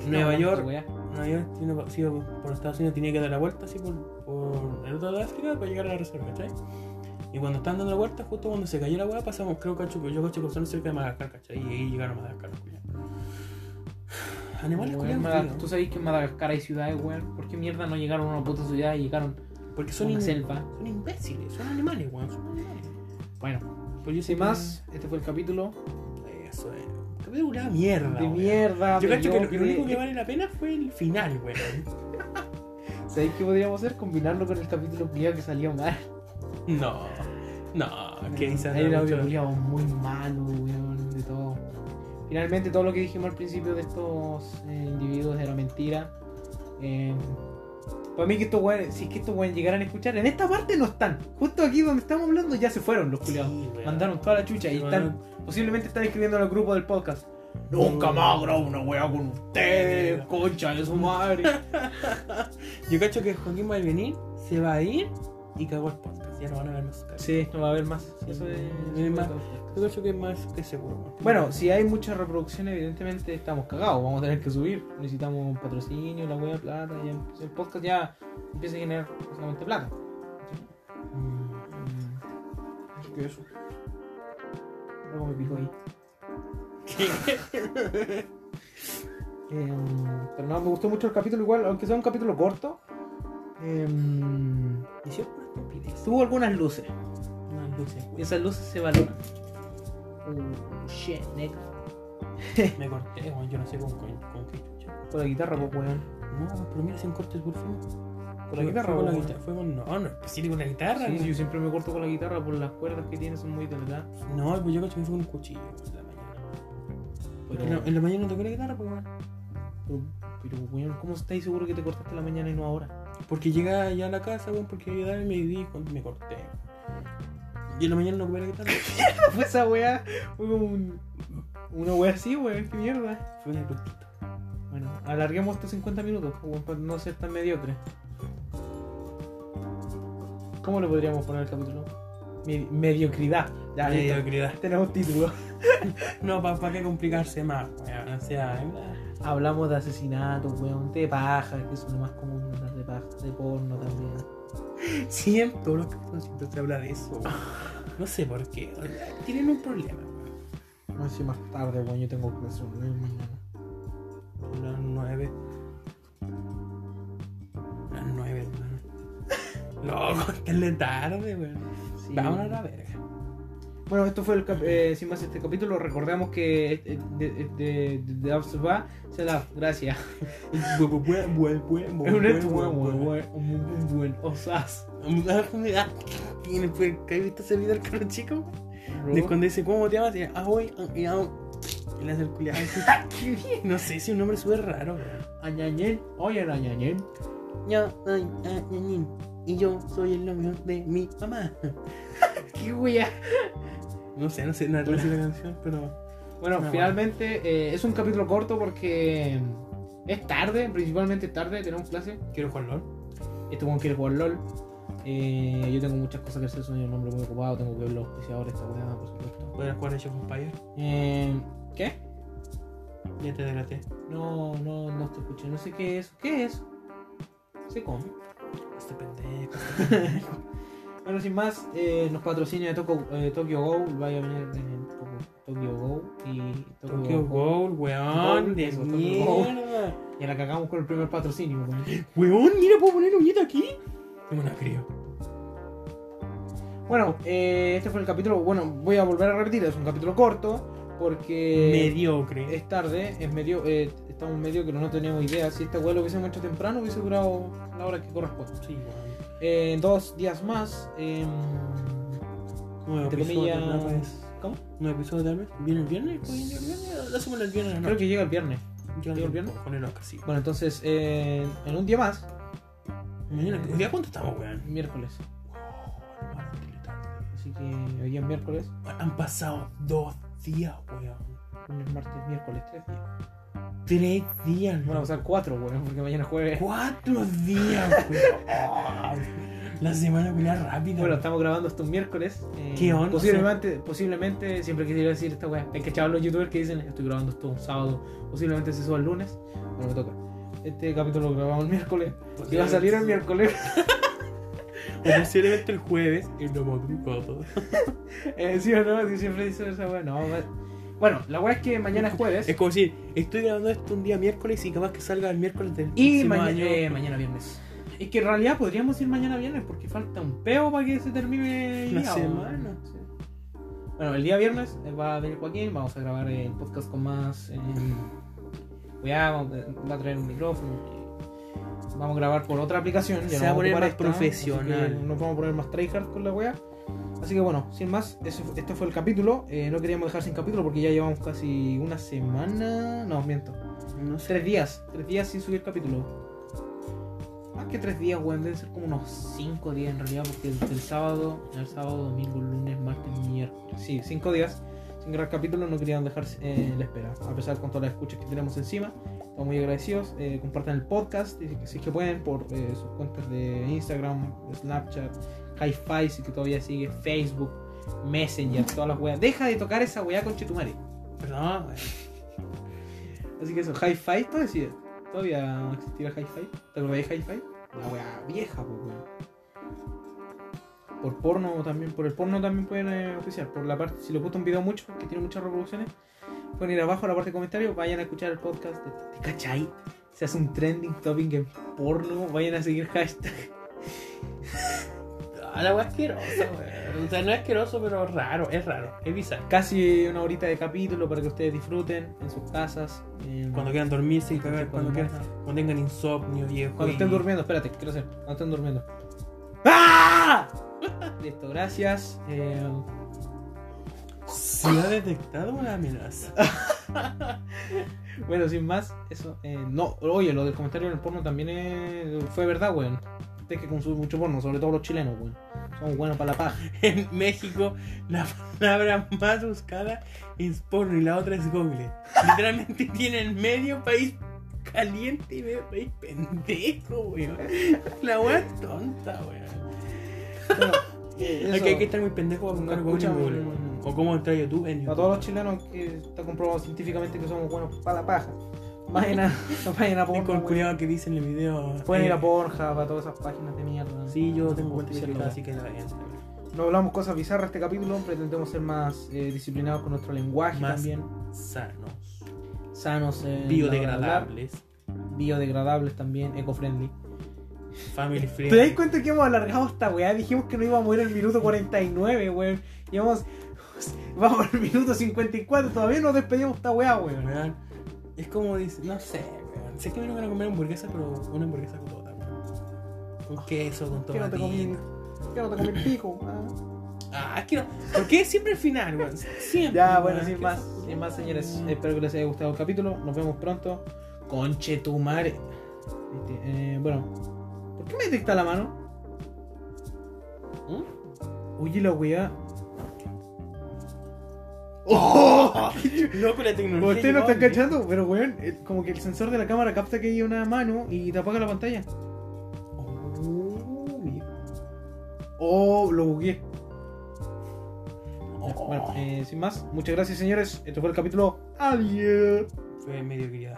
B: Nueva
C: Esta
B: York.
C: weá.
B: Nueva York, tiene- sí, por Estados Unidos tenía que dar la vuelta así por, por el otro lado de África para llegar a la reserva, ¿cachai? Y cuando estaban dando la vuelta, justo cuando se cayó la hueá, pasamos, creo, cacho, pues, yo cacho que pasaron cerca de Madagascar, ¿cachai? Y ahí llegaron a Madagascar, culiados. Animales
C: Weón,
B: culiados,
C: Madagascar-
B: tío.
C: Tú sabés que en Madagascar hay ciudades, weón. ¿Por qué mierda no llegaron a una puta ciudad y llegaron
B: Porque
C: a
B: son,
C: una
B: in-
C: selva?
B: son imbéciles, son animales, weón, son animales.
C: Bueno,
B: Pues yo
D: Sin más, este fue el capítulo
B: Eso es. Capítulo de una mierda.
D: de
B: weón.
D: mierda.
B: Yo cacho que lo,
D: mediocre.
B: lo único que vale la pena fue el final, weón.
D: ¿Sabéis qué podríamos hacer? Combinarlo con el capítulo culiado que salió mal.
B: No, no, que quizás.
D: Hay un
B: no
D: audio
B: mucho-
D: culiado muy malo, weón, de todo. Finalmente, todo lo que dijimos al principio de estos eh, individuos era mentira. para mí que estos weones, si es que estos weones llegaran a escuchar, en esta parte no están. Justo aquí donde estamos hablando ya se fueron los culiados.
B: Sí, weón.
D: Mandaron toda la chucha y están, posiblemente están escribiendo en el grupo del podcast.
B: Nunca más grabo
D: una weá con
B: ustedes,
D: concha de su madre.
B: Yo cacho que Joaquín va a venir, se va a ir y cagó el podcast. Ya no van a ver más. caras.
D: Sí, no va a haber más. Eso es.
B: Es más- Yo cacho que es más que seguro. weón.
D: Bueno, si hay muchas reproducciones, evidentemente estamos cagados. Vamos a tener que subir. Necesitamos un patrocinio, la weá, plata. Ya, empieza- el podcast ya empieza a generar básicamente plata.
B: Mm,
D: ¿Qué eso? Luego me pico ahí. Em, pero no, me gustó mucho el capítulo igual, aunque sea un capítulo corto. em,
B: Y siempre una estupidez.
D: tuvo algunas luces.
B: Unas luces, weón.
C: esas luces se valoran. Uh, shit, nigga.
B: Me corté, weón. Yo no sé con, con, con qué chucha.
D: Con la guitarra, pues, weón.
B: No, pero mira, si un corte es Wolfen.
D: Con la guitarra,
B: Fue con la
D: weón.
B: guitarra. Fue con. No, no, pues sí, con la guitarra.
D: Sí,
B: weón.
D: yo siempre me corto con la guitarra por las cuerdas que tiene, son muy delgadas.
B: No, pues yo cacho que fue con un cuchillo weón, en la mañana. Porque en,
D: Pero,
B: la, en la mañana toqué la guitarra, pues, weón.
D: pero, pero, weón, ¿cómo estáis seguro que te cortaste la mañana y no ahora?
B: Porque llega ya a la casa, weón, porque yo daba el mediodía y me corté. Y en la mañana no comí la guitarra.
D: Pues esa weá fue como un- una weá así, weón, qué mierda.
B: Fue una frutita.
D: Bueno, alarguemos estos 50 minutos, pues, weón, para no ser tan mediocre. ¿Cómo le podríamos poner el capítulo? Me- mediocridad. Ya, listo.
B: mediocridad.
D: Tenemos título.
B: No, ¿para qué complicarse más? weón? O sea, eh,
D: Hablamos de asesinatos, weón, de paja, que es lo más común, ¿no? de paja, de porno también.
B: sí, en todos los cancioncitos se habla de eso. weón. No sé por qué. o sea, Tienen un problema. weón.
D: No sé, más tarde, weón, yo tengo que hacer mañana.
B: Son Las nueve. Las nueve, weón. Loco, que es de tarde, weón.
D: Sí.
B: Vámonos a la verga.
D: Bueno, esto fue el cap- eh, sin más este capítulo. Recordemos que eh, eh, de, de, de, de Absurdá se la gracias. Es un hecho muy buen, un muy buen osas.
B: Y después, ¿qué has visto ese video del carro chico? De cuando dice, ¿cómo te llamas? Y, ah, güey, ah, y, ah, y le hace el culiado. No sé, si un nombre súper raro, güey.
D: Añañén, oye Añañén.
B: Yo soy Añanín y yo soy el novio de mi mamá.
D: Qué wea.
B: No sé, no sé, no sé la canción, pero...
D: Bueno,
B: No,
D: finalmente eh, es un capítulo corto porque mm, es tarde, principalmente tarde, tenemos clase.
B: Quiero jugar LOL.
D: Este weón quiere jugar LOL. Eh, yo tengo muchas cosas que hacer, soy un hombre muy ocupado, tengo que ver los auspiciadores, esta weá, por supuesto.
B: ¿Puedes jugar Age of Empires?
D: Eh, ¿Qué?
B: Ya te delaté.
D: No, no, no te escuché, no sé qué es. ¿Qué es? Se come.
B: Este pendejo.
D: Bueno, sin más, eh, nos patrocina Toco- eh, Tokyo Go, vaya a venir de Tokyo Go y Tokyo,
B: Tokyo Ghoul, weón, de
D: Eso, Tokyo Ghoul.
B: mierda.
D: Y la cagamos con el primer patrocinio, weón.
B: Weón, mira, puedo poner uñeta aquí. Tengo una crío.
D: Bueno, eh, este fue el capítulo. Bueno, voy a volver a repetir, es un capítulo corto. Porque
B: Mediocre.
D: es tarde, es medio, eh, estamos medio que no tenemos idea. Si esta weá lo hubiésemos hecho temprano, hubiese durado la hora que corresponde.
B: Sí, weón.
D: Eh, dos días más. em,
B: Nuevo
D: entre
B: episodio,
D: comillas.
B: tal vez.
D: ¿Cómo?
B: ¿Nuevo episodio tal vez? ¿Viene el viernes? ¿Puede venir el viernes? Lo hacemos el viernes en la
D: Creo
B: noche.
D: que llega el viernes.
B: Yo
D: ¿llega el viernes?
B: Con el Oscar, sí.
D: Bueno, entonces, eh, en un día más,
B: Mañana, ¿hoy día cuánto estamos, weón? Ah,
D: miércoles. Así que hoy día es miércoles,
B: Han pasado dos días, weón.
D: lunes, martes, miércoles, tres días.
B: Tres días,
D: Bueno, o
B: weón.
D: sea, cuatro, weón, porque mañana es jueves.
B: Cuatro días, weón. Oh, La semana culiá rápida.
D: Bueno,
B: weón.
D: estamos grabando esto un miércoles. eh,
B: ¿Qué onda?
D: Posiblemente, posiblemente, siempre quisiera decir esta weá. Hay que echar los youtubers que dicen, estoy grabando esto un sábado, posiblemente se suba el lunes. Bueno, me toca. Este capítulo lo grabamos el miércoles. Y va a salir el miércoles.
B: Posiblemente el jueves y lo madrugado.
D: Eh, ¿Sí o no? Sí, siempre dice esa weá. No, va- Bueno, la weá es que mañana es jueves.
B: Es como decir, estoy grabando esto un día miércoles y capaz que salga el miércoles del
D: Y
B: próximo
D: mañana,
B: año.
D: eh, mañana viernes. Es que en realidad podríamos ir mañana viernes porque falta un peo para que se termine el
B: La
D: día,
B: semana.
D: weón. Sí. Bueno, el día viernes eh, va a venir Joaquín, vamos a grabar eh, el podcast con más. eh, weá, vamos a- eh, va a traer un micrófono. que Vamos a grabar por otra aplicación. ya
B: Se
D: no
B: va a poner
D: ocupar
B: más
D: esta, así
B: profesional.
D: que Nos vamos a poner más tryhard con la weá. Así que bueno, sin más, ese fu- este fue el capítulo. Eh, no queríamos dejar sin capítulo porque ya llevamos casi una semana. No, miento.
B: No sé.
D: Tres días, tres días sin subir capítulo. Más que tres días, weón, deben ser como unos cinco días en realidad, porque desde el sábado, el sábado, domingo, lunes, martes, miércoles. Sí, cinco días sin grabar capítulo, no querían dejar eh, la espera, a pesar con todas las escuchas que tenemos encima. Estamos muy agradecidos. Eh, compartan el podcast, y si es que pueden, por eh, sus cuentas de Instagram, Snapchat, Hi-Fi, si que todavía sigue, Facebook, Messenger, todas las weas. Deja de tocar esa wea con Chetumare.
B: Perdón, güey.
D: Así que eso, Hi-Fi todavía sigue. Todavía existirá Hi-Fi. ¿Te acordás de Hi-Fi? La wea vieja, pues weón. Por porno también, por el porno también pueden eh, oficiar. Por la parte, si les gusta un video mucho, que tiene muchas reproducciones, pueden ir abajo a la parte de comentarios, vayan a escuchar el podcast de, de Cachai. Se hace un trending topic en porno, vayan a seguir hashtag.
B: Ah, la weá asquerosa, güey. O sea, no es asqueroso, pero raro, es raro, es bizarro.
D: Casi una horita de capítulo para que ustedes disfruten en sus casas. eh,
B: Cuando quieran dormirse y cagar, cuando,
D: cuando
B: quieran,
D: quieran.
B: cuando tengan insomnio, viejo.
D: Cuando
B: y-
D: estén durmiendo, espérate, quiero hacer. Cuando estén durmiendo. ¡Ah! Listo, gracias. Eh,
B: Se ha detectado una amenaza.
D: bueno, sin más, eso. eh, no, oye, lo del comentario en el porno también eh, fue verdad, weón. Ustedes que consumen mucho porno, sobre todo los chilenos, weón. Son buenos para la paja.
B: En México, la palabra más buscada es porno y la otra es google. Literalmente tienen medio país caliente y medio país pendejo, weón. La weá es tonta, weón. Es que hay que estar muy pendejo para buscar
D: Escucha,
B: hueón en Google.
D: mm.
B: O cómo entrar a YouTube en
D: A
B: YouTube.
D: todos los chilenos que está comprobado científicamente que somos buenos para la paja. Vayan a, vayan
B: Ten
D: a Pornhub,
B: con
D: weón.
B: cuidado que dicen en el video.
D: Pueden ir a
B: Eh,
D: Pornhub, a todas esas páginas de mierda.
B: Sí, yo tengo
D: Como
B: cuenta
D: Twitter,
B: secreta,
D: weón.
B: así que la vayan a hacer.
D: No hablamos cosas bizarras este capítulo, pretendemos ser más eh, disciplinados con nuestro lenguaje
B: Más
D: también.
B: Sanos.
D: Sanos, eh,
B: Biodegradables.
D: biodegradables también, eco-friendly.
B: Family
E: ¿Te das
B: friendly.
E: cuenta que hemos alargado esta weá? Dijimos que no íbamos a ir al minuto 49, weón. Llevamos. Vamos al minuto 54, todavía no despedimos esta weá, weón.
B: weón. Es como dice, no sé, weón. Sé que me van a comer hamburguesa, pero una hamburguesa con todo. Con queso, con
D: ¿Qué no te comí?
B: tomatito.
D: ¿Qué no te comí el pico? Ah.
B: Ah, es que no. ¿Por qué siempre al final, weón? Siempre.
D: Ya,
B: weón,
D: bueno,
B: que
D: sin
B: es-
D: más, sin más, señores. Espero que les haya gustado el capítulo. Nos vemos pronto. Conche tu madre. Este, eh, bueno, ¿por qué me detecta la mano? ¿Mm? Oye, la weá.
B: Loco, la tecnología.
D: Ustedes no
B: llegó
D: están
B: a-
D: cachando, pero weón, eh, como que el sensor de la cámara capta que hay una mano y te apaga la pantalla.
B: Oh, mira.
D: Oh, lo bugué. Ya,
B: Oh.
D: Bueno, eh, sin más, muchas gracias, señores. Esto fue el capítulo. Adiós.
B: Fue mediocridad.